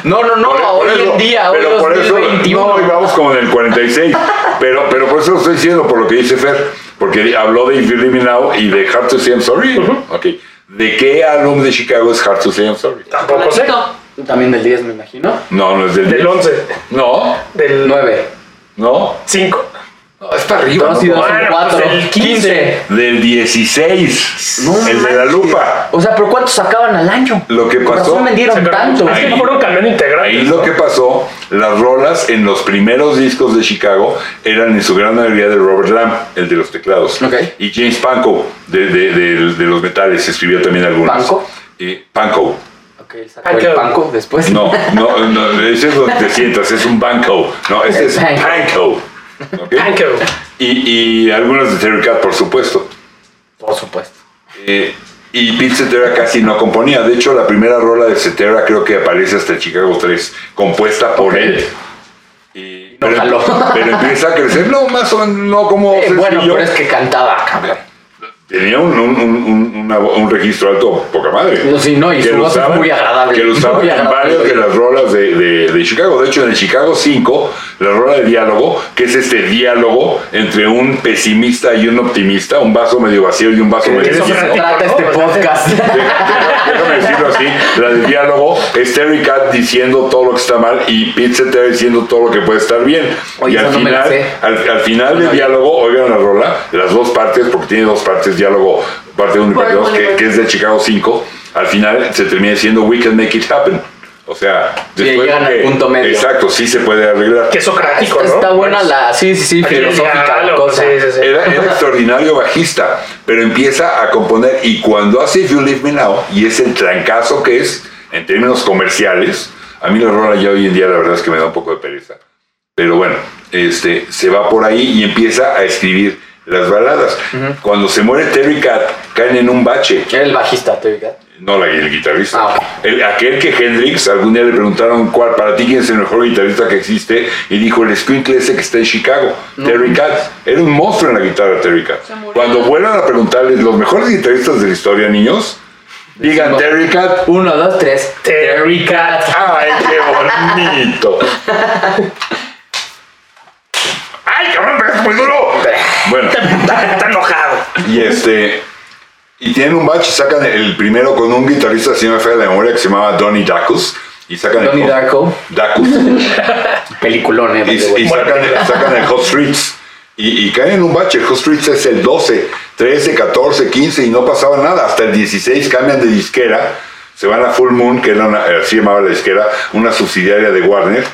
S2: no, no, no, hoy en día, hoy
S1: pero por eso,
S2: 2021.
S1: no, y vamos como en el 46. pero, pero por eso lo estoy diciendo, por lo que dice Fer, porque di- habló de If You Leave Me Now y de Hard to Say I'm Sorry. Ok. ¿De qué álbum de Chicago es Hard to Say I'm Sorry?
S3: Tampoco sé.
S4: Chocolatito.
S2: También del 10, me imagino.
S1: No, no es del
S3: Del
S1: 10.
S3: 11,
S1: No,
S3: del
S2: 9.
S1: no.
S3: 5.
S1: No, es para arriba.
S2: Dos y
S1: ¿no?
S2: dos
S3: Bueno,
S2: son
S3: pues
S2: 4.
S3: el 15.
S1: Del 16.
S2: No
S1: el de la lupa.
S2: O sea, pero ¿cuántos sacaban al año?
S1: Lo que
S2: Por
S1: pasó-
S2: razón vendieron tanto.
S3: Es que fueron cambiando integrantes.
S1: Ahí lo que pasó, las rolas en los primeros discos de Chicago eran en su gran mayoría de Robert Lamb, el de los teclados.
S2: Ok.
S1: Y James Pankow, de, de- de- de los metales, escribió también algunas.
S2: ¿Pankow?
S1: Eh, Pankow.
S2: Ok, él sacó el
S3: Panko.
S2: banco después.
S1: No, no, no, ese es donde te sientas, es un banco. No, ese es
S2: Pankow.
S1: Pankow. Ok.
S3: Panko.
S1: Y, y algunas de Terry Cat, por supuesto.
S2: Por supuesto.
S1: Eh, y Pete Cetera casi no componía. De hecho, la primera rola de Cetera creo que aparece hasta Chicago 3, compuesta por él. Y-
S2: No
S1: pero,
S2: jaló.
S1: pero empieza a crecer, no, más o menos, no como...
S2: Eh, bueno,
S1: sencillo.
S2: pero es que cantaba, cabrón.
S1: Tenía un, un- un- un- una- un registro alto, poca madre.
S2: No, sí, no, y
S1: Que
S2: su
S1: lo
S2: voz es
S1: usaban-
S2: muy agradable.
S1: Que lo usaban
S2: muy
S1: en
S2: agradable.
S1: varias de las rolas de, de- de Chicago. De hecho, en el Chicago 5, la rola de diálogo, que es este diálogo entre un pesimista y un optimista, un vaso medio vacío y un Pues vaso
S2: Que
S1: medio
S2: de
S3: eso
S2: eso
S1: lleno.
S2: se trata
S3: práctico, ¿no?
S2: este
S3: O sea,
S2: podcast.
S1: Déjame decirlo así, la del diálogo es Terry Cat diciendo todo lo que está mal y Pete Setter diciendo todo lo que puede estar bien.
S2: Oye,
S1: y al
S2: esa no me la
S1: final,
S2: sé.
S1: al, al final del diálogo, oigan la rola, las dos partes, porque tiene dos partes, diálogo, parte 1 y parte
S4: Bueno,
S1: 2,
S4: bueno,
S1: que,
S4: bueno.
S1: que es de Chicago 5, al final se termina diciendo We can make it happen. O sea,
S2: Sí,
S1: después
S2: llegan
S1: de
S2: al
S1: que-
S2: punto medio.
S1: Exacto, sí se puede arreglar.
S3: Que es socrático, ¿no?
S2: Está buena
S3: Pues,
S2: la, sí, sí, sí,
S3: aquí el
S2: filosófica la
S3: diálogo,
S2: cosa.
S3: sí, sí, sí.
S1: Era, era extraordinario bajista, pero empieza a componer y cuando hace If You Leave Me Now, y es el trancazo que es, en términos comerciales, a mí la rola ya hoy en día la verdad es que me da un poco de pereza. Pero bueno, este, se va por ahí y empieza a escribir las baladas. Cuando se muere Terry Cat, caen en un bache.
S2: Era el bajista, te ubicas.
S1: No, la, el guitarrista.
S2: Ah, ok.
S1: El- aquel que Hendrix, algún día le preguntaron cuál, para ti quién es el mejor guitarrista que existe, y dijo el squinkle ese que está en Chicago, Terry Katz. Era un monstruo en la guitarra, Terry Katz.
S4: Se murió.
S1: Cuando vuelvan a preguntarles los mejores guitarristas de la historia, niños, digan
S2: Decimos-
S1: Terry Katz.
S2: Uno, dos, tres.
S3: Terry Cat.
S1: ¡Ay, qué bonito! ¡Ay, cabrón, pegaste muy duro! Bueno,
S3: Está enojado.
S1: y este. Y tienen un batch, sacan el primero con un guitarrista, si no me falla la memoria, que se llamaba Donny Dacus. Y sacan
S2: Donnie
S1: el.
S2: Darko.
S1: Dacus.
S2: Peliculón, eh. by the
S1: y,
S2: way.
S1: y sacan, sacan el Hot Streets y, y caen en un bache. El Hot Streets es el 12, 13, 14, 15 y no pasaba nada. Hasta el 16 cambian de disquera, se van a Full Moon, que era una, eh, así llamaba la disquera, una subsidiaria de Warner,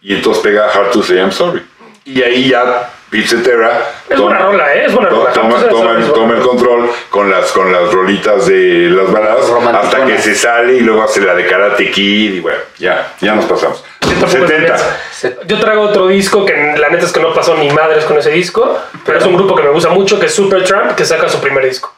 S1: y entonces pega Hard to Say I'm Sorry. Y ahí ya Pizzetera
S3: Es buena rola, ¿eh? Es buena rola.
S1: toma,
S3: Entonces,
S1: toma-
S3: es buena
S1: toma el
S3: rola.
S1: control con las, con las rolitas de las baladas
S2: Romanticonas.
S1: hasta que se sale y luego hace la de Karate Kid y bueno, ya, ya nos pasamos.
S3: Tampoco es
S1: 70.
S3: inmensa. Yo traigo otro disco que la neta es que no pasó ni madres con ese disco, pero es un grupo que me gusta mucho, que es Supertramp, que saca su primer disco.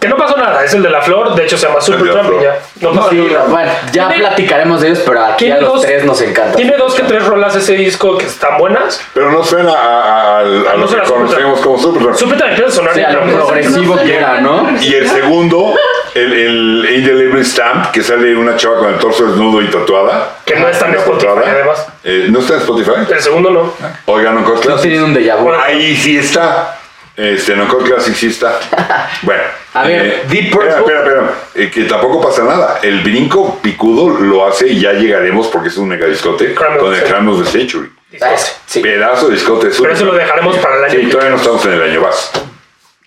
S3: Que no pasó nada, es el de la flor, de hecho se llama
S1: de la
S3: Supertramp
S1: Flor.
S3: y ya. No pasó
S2: Sí,
S3: nada.
S2: bueno, ya
S3: Tiene-
S2: platicaremos de ellos, pero aquí a
S3: tiene
S2: los
S3: dos-
S2: tres nos encanta.
S3: Tiene dos que tres rolas ese disco que están buenas.
S1: Pero no suena a, a- a lo
S3: no
S1: que
S3: suena
S1: conocemos como Supertramp.
S3: Supertramp empieza a sonar
S2: Sí, a
S3: bien
S2: lo
S3: cabrón.
S2: progres- Agresivo que era, ¿no?
S1: Y el segundo, el, el Indelible Stamp, que sale una chava con el torso desnudo y tatuada.
S3: Que no está en
S1: La
S3: Spotify,
S1: portada.
S3: además.
S1: Eh, ¿No está en Spotify?
S3: El segundo no.
S2: Ah.
S1: Oigan, Encore
S2: No
S1: Classics.
S2: tienen un déjà vu.
S3: Bueno,
S1: Ahí sí está. Este, no Encore Classics sí está. Bueno. eh,
S2: A ver, Deep Purple.
S1: Espera, espera, espera. Eh, que tampoco pasa nada. El brinco picudo lo hace y ya llegaremos porque es un megadiscote
S3: Crime of
S1: con
S3: the
S1: el
S3: Century.
S1: Crime of the Century.
S2: Ah,
S3: discos.
S2: sí.
S1: Pedazo de discote.
S3: Pero eso lo dejaremos para el año
S1: Sí,
S3: que
S1: todavía no estamos en el año. Vas.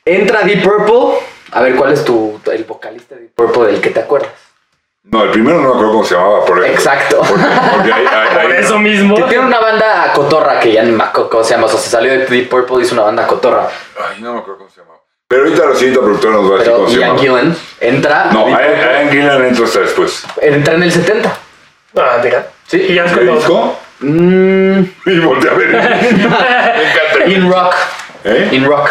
S2: Entra Deep Purple. A ver, ¿cuál es tu el vocalista de Deep Purple del que te acuerdas?
S1: No, el primero no me acuerdo cómo se llamaba. Por ejemplo.
S2: Exacto.
S1: Porque, porque hay- hay-
S3: Por
S1: hay-
S3: eso mismo.
S2: Que tiene una banda cotorra que ya ni me acuerdo cómo se llama. O sea, se salió de Deep Purple y hizo una banda cotorra.
S1: Ay, no me acuerdo cómo se llamaba. Pero ahorita la siguiente productora nos va a decir
S2: Pero
S1: cómo se
S2: Ian
S1: llamaba.
S2: Gillan entra.
S1: No,
S2: Deep
S1: Ian
S2: Purple,
S1: Ian Gillan entra hasta después.
S2: entra en el 70.
S3: Ah, mira.
S2: Sí.
S3: Y ya es
S1: ¿Qué
S3: cuando-
S1: disco?
S2: Mm,
S1: Y volteé a ver. Me encanta.
S2: in Rock.
S1: ¿Eh?
S2: In Rock.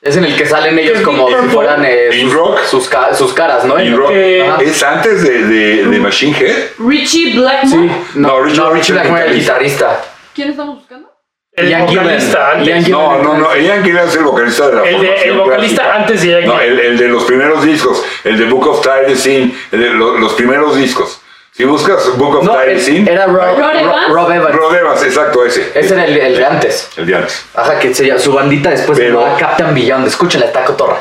S2: Es en el que salen ellos
S3: Es
S2: como
S3: Deep
S2: si
S3: Purple.
S2: fueran eh,
S1: In
S2: sus,
S1: Rock.
S2: sus, ca- sus caras, ¿no?
S1: In Rock.
S3: Eh,
S2: Ajá.
S1: ¿Es antes de, de, de Machine Head?
S4: Richie
S2: Sí.
S4: Blackmore.
S1: No,
S2: No, no,
S1: Richie
S2: Richie, Blackmore era el guitarrista.
S4: ¿Quién estamos buscando?
S3: El
S2: Ian Gillan.
S3: vocalista antes.
S2: Ian Gillan.
S1: No, no, no. Ian Gillan es el vocalista de la
S3: El, de- el
S1: formación
S3: vocalista
S1: clásica.
S3: antes de Jack
S1: No,
S3: Black.
S1: el, el de los primeros discos. El de Book of Tyresine. El de lo- los primeros discos. Si buscas Book of
S2: No,
S1: Tyresine.
S2: era Rob,
S4: Rod
S2: Rob,
S4: Evans.
S2: Rob Evans.
S1: Rod Evans, exacto, ese.
S2: Ese era el, el de antes.
S1: El de antes.
S2: Ajá, que se llama- su bandita después se
S1: Pero- Ah,
S2: llamaba Captain Beyond. Escúchala, está cotorra.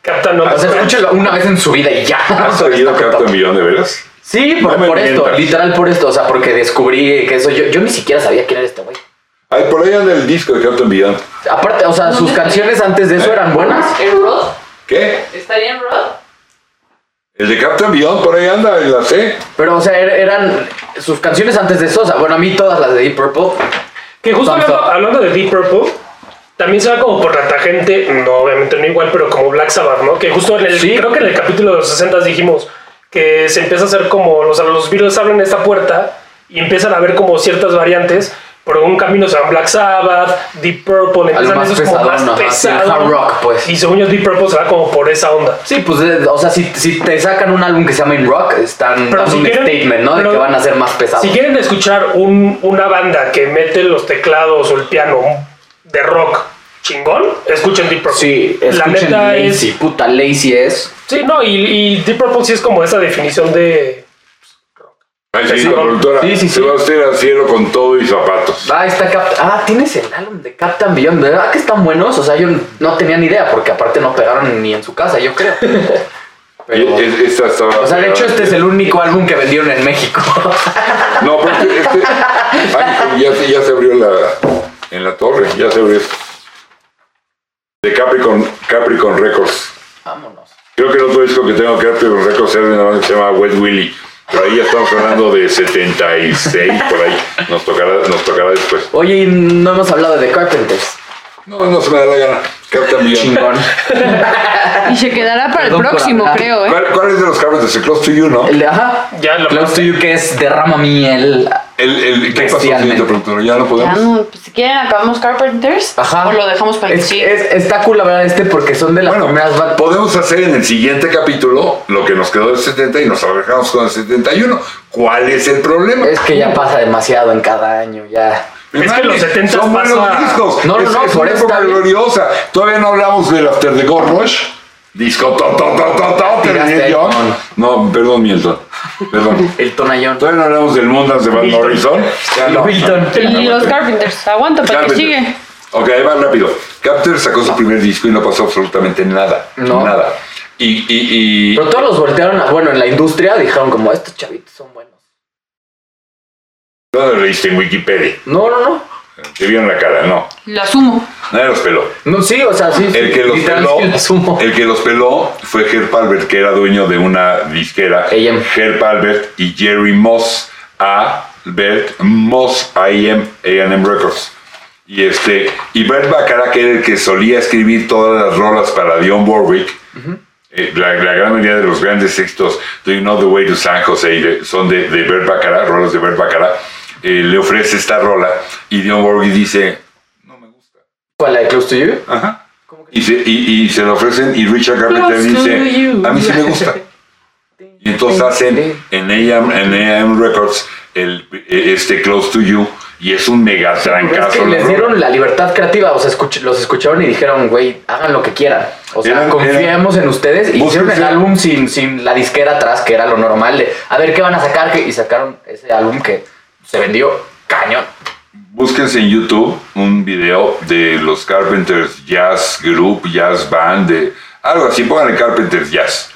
S3: Captain
S2: O sea,
S3: Underground.
S2: escúchala una vez en su vida y ya.
S1: ¿Has
S2: Ah, Pero
S1: oído
S2: está cotorra.
S1: Captain Millón de veras?
S2: Sí,
S1: No
S2: por,
S1: me
S2: por esto,
S1: mientas.
S2: literal por esto. O sea, porque descubrí que eso. Yo, yo ni siquiera sabía quién era este güey.
S1: Ay, por ahí anda el disco de Captain Beyond.
S2: Aparte, o sea,
S4: ¿Dónde
S2: sus
S4: está?
S2: canciones antes de eso eran buenas.
S4: ¿En Rod?
S1: ¿Qué?
S4: ¿Estaría en Rod?
S1: El de Captain Beyond, por ahí anda, en la C.
S2: Pero, o sea, er- eran sus canciones antes de eso. O sea, bueno, a mí todas las de Deep Purple.
S3: Que justo
S2: Thumbs
S3: hablando,
S2: up.
S3: hablando de Deep Purple, también se va como por la tangente, no obviamente no igual, pero como Black Sabbath, ¿no? Que justo en el,
S2: Sí.
S3: creo que en el capítulo de los 60 dijimos que se empieza a hacer como, o sea, los Beatles abren esta puerta y empiezan a ver como ciertas variantes, por un camino se van Black Sabbath, Deep Purple,
S2: Algo
S3: empiezan
S2: más
S3: esos como
S2: pesado,
S3: más pesados.
S2: hard rock, pues.
S3: Y según yo, Deep Purple se va como por esa onda.
S2: Sí, pues, eh, o sea, si, si te sacan un álbum que se llama In Rock, están
S3: Pero
S2: dando
S3: si
S2: un
S3: quieren-
S2: statement, ¿no? De
S3: pero-
S2: que van a ser más pesados.
S3: Si quieren escuchar un- una banda que mete los teclados o el piano de rock chingón, escuchen Deep Purple.
S2: Sí,
S3: la
S2: escuchen
S3: neta es.
S2: Lazy, puta, Lazy es.
S3: Sí, no, y, y Deep Purple sí es como esa definición de.
S1: Ay, sí,
S3: Sí,
S1: la productora.
S2: sí, sí,
S1: Se
S2: sí.
S1: va usted al cielo con todo y zapatos.
S2: Ah, está Cap- Ah, tienes el álbum de Captain Beyond, ¿verdad Ah, que están buenos? O sea, yo no tenía ni idea, porque aparte no pegaron ni en su casa, yo creo. Pero-
S1: Y es- esta estaba-
S2: o sea, de hecho, este es el único álbum que vendieron en México.
S1: No, pero este. este- Ay, ya, se- ya se abrió la. En la torre, ya se abrió. De Capricorn, Capricorn Records.
S2: Vámonos.
S1: Creo que el otro disco que tengo que Capricorn Records es de una banda que se llama Wet Willy. Por ahí ya estamos hablando de 76, por ahí. Nos tocará, nos tocará después.
S2: Oye, y no hemos hablado de The Carpenters.
S1: No, no se me da la gana. Captain Beyond.
S2: Chingón.
S4: Y se quedará para
S2: Perdón
S4: el
S2: por
S4: próximo,
S2: hablar.
S4: creo, ¿eh?
S1: ¿Cuál, cuál es de los Carpenters? El Close to You, ¿no?
S2: El de, ajá.
S3: Ya lo
S2: Close to You, que es Derrama Miel.
S1: El, el, ¿Qué pasó,
S2: Bestialmente.
S1: señorita productora? ¿Ya no
S4: Ya
S1: podemos?
S4: no, pues, si quieren, acabamos Carpenters.
S2: Ajá.
S4: O Pues lo dejamos para el
S2: Es,
S4: sí.
S2: es- está cool, la verdad, este, porque son de las
S1: Bueno,
S2: primeras bad
S1: podemos hacer en el siguiente capítulo lo que nos quedó del 70 y nos arrancamos con el 71. ¿Cuál es el problema?
S2: Es que ya pasa demasiado en cada año, ya.
S1: Mi
S3: Es que los 70
S1: son
S3: pasa-
S1: buenos discos.
S2: No, no,
S1: es,
S2: no,
S1: es
S2: por
S1: una
S2: eso
S1: época
S2: está bien.
S1: gloriosa. Todavía no hablamos del After the Gold Rush. Disco to, to, to, to, to, de
S2: Tiraste
S1: Neil
S2: el
S1: Young.
S2: ton.
S1: No, perdón, Milton. Perdón.
S2: El Tonayón.
S1: Todavía no hablamos del Mundance de Van
S3: Milton.
S1: Morrison. Ya no.
S2: Milton.
S4: Y los Carpenters. Aguanta para que
S1: Carpenter.
S4: sigue.
S1: Ok, ahí va rápido. Capter sacó su primer disco y no pasó absolutamente nada.
S2: No.
S1: Nada. Y, y, y
S2: Pero todos los voltearon a, bueno, en la industria dijeron como, estos chavitos son buenos.
S1: ¿Dónde lo leíste en Wikipedia?
S2: No, no, no.
S1: Te vieron la cara, no.
S4: Lo asumo.
S1: Nadie los peló.
S2: No, sí, o sea, sí. sí,
S1: El que los
S2: literal,
S1: peló,
S2: sí lo asumo.
S1: el que los peló fue Herb Albert, que era dueño de una disquera.
S2: AM.
S1: Herb Albert y Jerry Moss. Albert Moss AM, AM Records. Y este, y Bert Bacharach, que era el que solía escribir todas las rolas para Dion Warwick. eh, la, la gran mayoría de los grandes éxitos Do You Know the Way to San Jose de- son de, de Bert Bacharach, rolas de Bert Bacharach. Eh, le ofrece esta rola y Dion Warwick dice: No me gusta.
S2: ¿Cuál, la de Close to You?
S1: Ajá. Y se, y, y se lo ofrecen y Richard Carpenter
S2: Close to
S1: dice,
S2: you.
S1: a mí sí me gusta. Y entonces hacen en AM, en AM Records el, eh, este Close to You y es un mega
S2: Es que
S1: trancazo.
S2: les
S1: ¿no?
S2: dieron la libertad creativa, o sea, escuch- los escucharon y dijeron, güey, hagan lo que quieran. O sea,
S1: Eran-
S2: confiamos en ustedes. Y hicieron el
S1: Búsquense-
S2: álbum sin, sin la disquera atrás, que era lo normal de, a ver qué van a sacar. Y sacaron ese álbum que se vendió cañón.
S1: Búsquense en YouTube un video de los Carpenters Jazz Group, Jazz Band, de, algo así, pónganle Carpenters Jazz.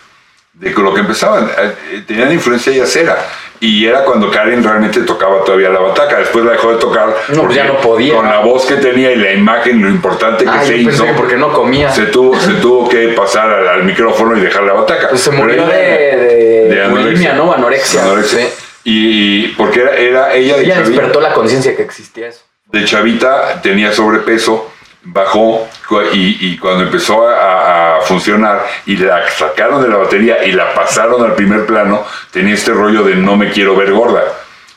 S1: De con lo que empezaban, eh, eh, tenían influencia yacera. Y era cuando Karen realmente tocaba todavía la bataca. Después la dejó de tocar.
S2: pues
S1: porque
S2: ya no podía.
S1: Con la voz que tenía y la imagen, lo importante que
S2: Ah, yo
S1: se
S2: pensé
S1: hizo.
S2: que porque no comía.
S1: se, tuvo, se tuvo que pasar al, al micrófono y dejar la bataca.
S2: Pues se
S1: Pero
S2: murió
S1: ella-
S2: de, de, bulimia, ¿no? Anorexia.
S1: Anorexia.
S2: Sí.
S1: Y, y porque era, era ella de
S2: Ella
S1: chavita-
S2: despertó la conciencia que existía eso.
S1: de chavita tenía sobrepeso, bajó cu- y, y cuando empezó a, a funcionar y la sacaron de la batería y la pasaron al primer plano, tenía este rollo de no me quiero ver gorda.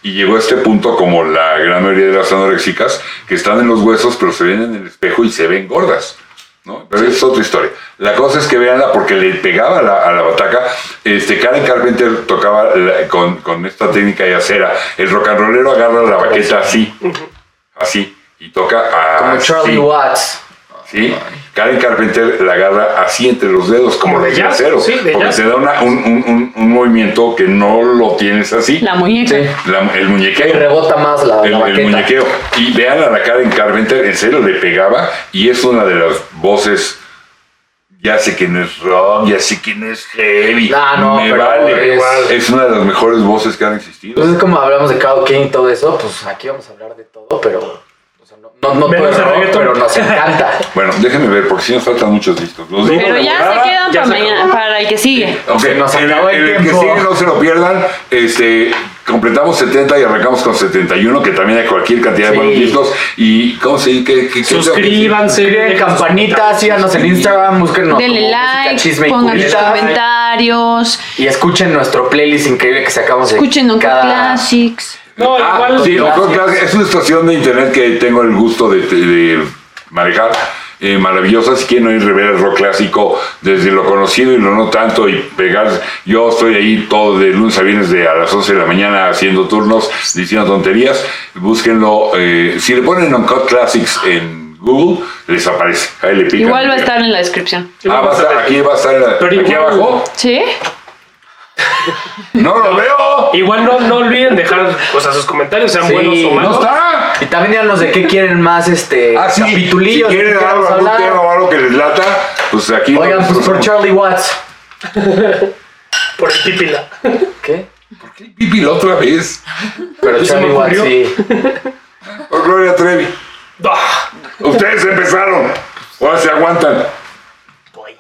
S1: Y llegó a este punto, como la gran mayoría de las anorexicas, que están en los huesos, pero se ven en el espejo y se ven gordas. ¿no? Pero es otra historia. La cosa es que veanla porque le pegaba a la, a la bataca. Este, Karen Carpenter tocaba la- con, con esta técnica de acera. El rock and rollero agarra la baqueta así, así, y toca a.
S2: Como Charlie Watts.
S1: ¿sí? Karen Carpenter la agarra así entre los dedos, como
S3: Como de
S1: de
S3: jazz,
S1: acero.
S3: sí, de
S1: porque
S3: jazz.
S1: te da una- un, un- un- un movimiento que no lo tienes así.
S4: La muñeca.
S2: Sí.
S1: La- el
S2: Y
S1: muñequeo
S2: rebota más la,
S1: el,
S2: la
S1: el
S2: baqueta.
S1: muñequeo. Y vean a la Karen Carpenter, en serio le pegaba y es una de las voces. Ya sé quién es rock, ya sé quién es heavy.
S2: Ah, no,
S1: me
S2: pero
S1: vale.
S2: Pues es-
S1: Es una de las mejores voces que han existido.
S2: Entonces, como hablamos de Carl King y todo eso, pues aquí vamos a hablar de todo, pero. o sea, no, no, no todo
S3: Menos
S2: es
S3: de
S2: rock,
S3: reggaetón.
S2: pero nos encanta.
S1: Bueno, déjenme ver, porque si nos faltan muchos discos. Los digo
S4: Pero
S1: de
S4: ya
S1: volada.
S4: se quedan
S3: ya
S4: para
S3: se
S4: mañana,
S3: acabó.
S4: para el que sigue.
S1: Ok,
S2: Se nos
S1: en el-
S2: acabó el
S1: en el, que
S2: tiempo.
S1: sigue no se lo pierdan. Este, completamos 70 y arrancamos con 71, que también hay cualquier cantidad de
S2: Sí.
S1: buenos discos. Y cómo se dice que,
S3: Suscríbanse.
S2: Denle campanita, síganos en Instagram, búsquenos.
S4: Denle
S2: como Música,
S4: like,
S2: Chisme y
S4: pongan sus
S2: Cultura.
S4: comentarios,
S2: Y escuchen nuestro playlist increíble que sacamos de
S4: escuchen Uncle
S2: cada-
S4: Classics.
S3: No,
S1: Ah,
S3: igual.
S1: sí, no, creo que
S2: gracias.
S1: es una estación de internet que tengo el gusto de, de manejar. eh, maravillosa, si quieren oír rever el rock clásico desde lo conocido y lo no tanto y pegar, yo estoy ahí todo de lunes a viernes de a las 11 de la mañana haciendo turnos, diciendo tonterías, búsquenlo, eh, si le ponen Uncut Classics en Google, les aparece, ahí le pican.
S5: Igual va a estar en la descripción.
S1: Ah, va a estar, aquí va a estar, la-
S3: Pero
S1: aquí
S3: igual-
S1: abajo,
S5: ¿Sí?
S1: no lo veo,
S3: Igual no, no olviden dejar o sea, sus comentarios, sean
S2: Sí,
S3: buenos o
S1: no
S3: malos.
S1: está.
S2: Y también díganos de qué quieren más este
S1: Ah, sí, si
S2: capitulillos.
S1: quieren
S2: de qué
S1: algo,
S2: queremos
S1: algún
S2: hablar.
S1: tema o algo que les lata, pues aquí.
S2: Oigan, pues por Charlie Watts.
S3: Por el pipila.
S2: ¿Qué?
S1: Pipi la otra vez.
S2: Pero
S3: se
S2: Charlie
S3: me
S2: Watts,
S3: ocurrió.
S2: sí.
S1: Por Gloria Trevi.
S3: Ah,
S1: Ustedes empezaron. Ahora se aguantan.
S3: voy.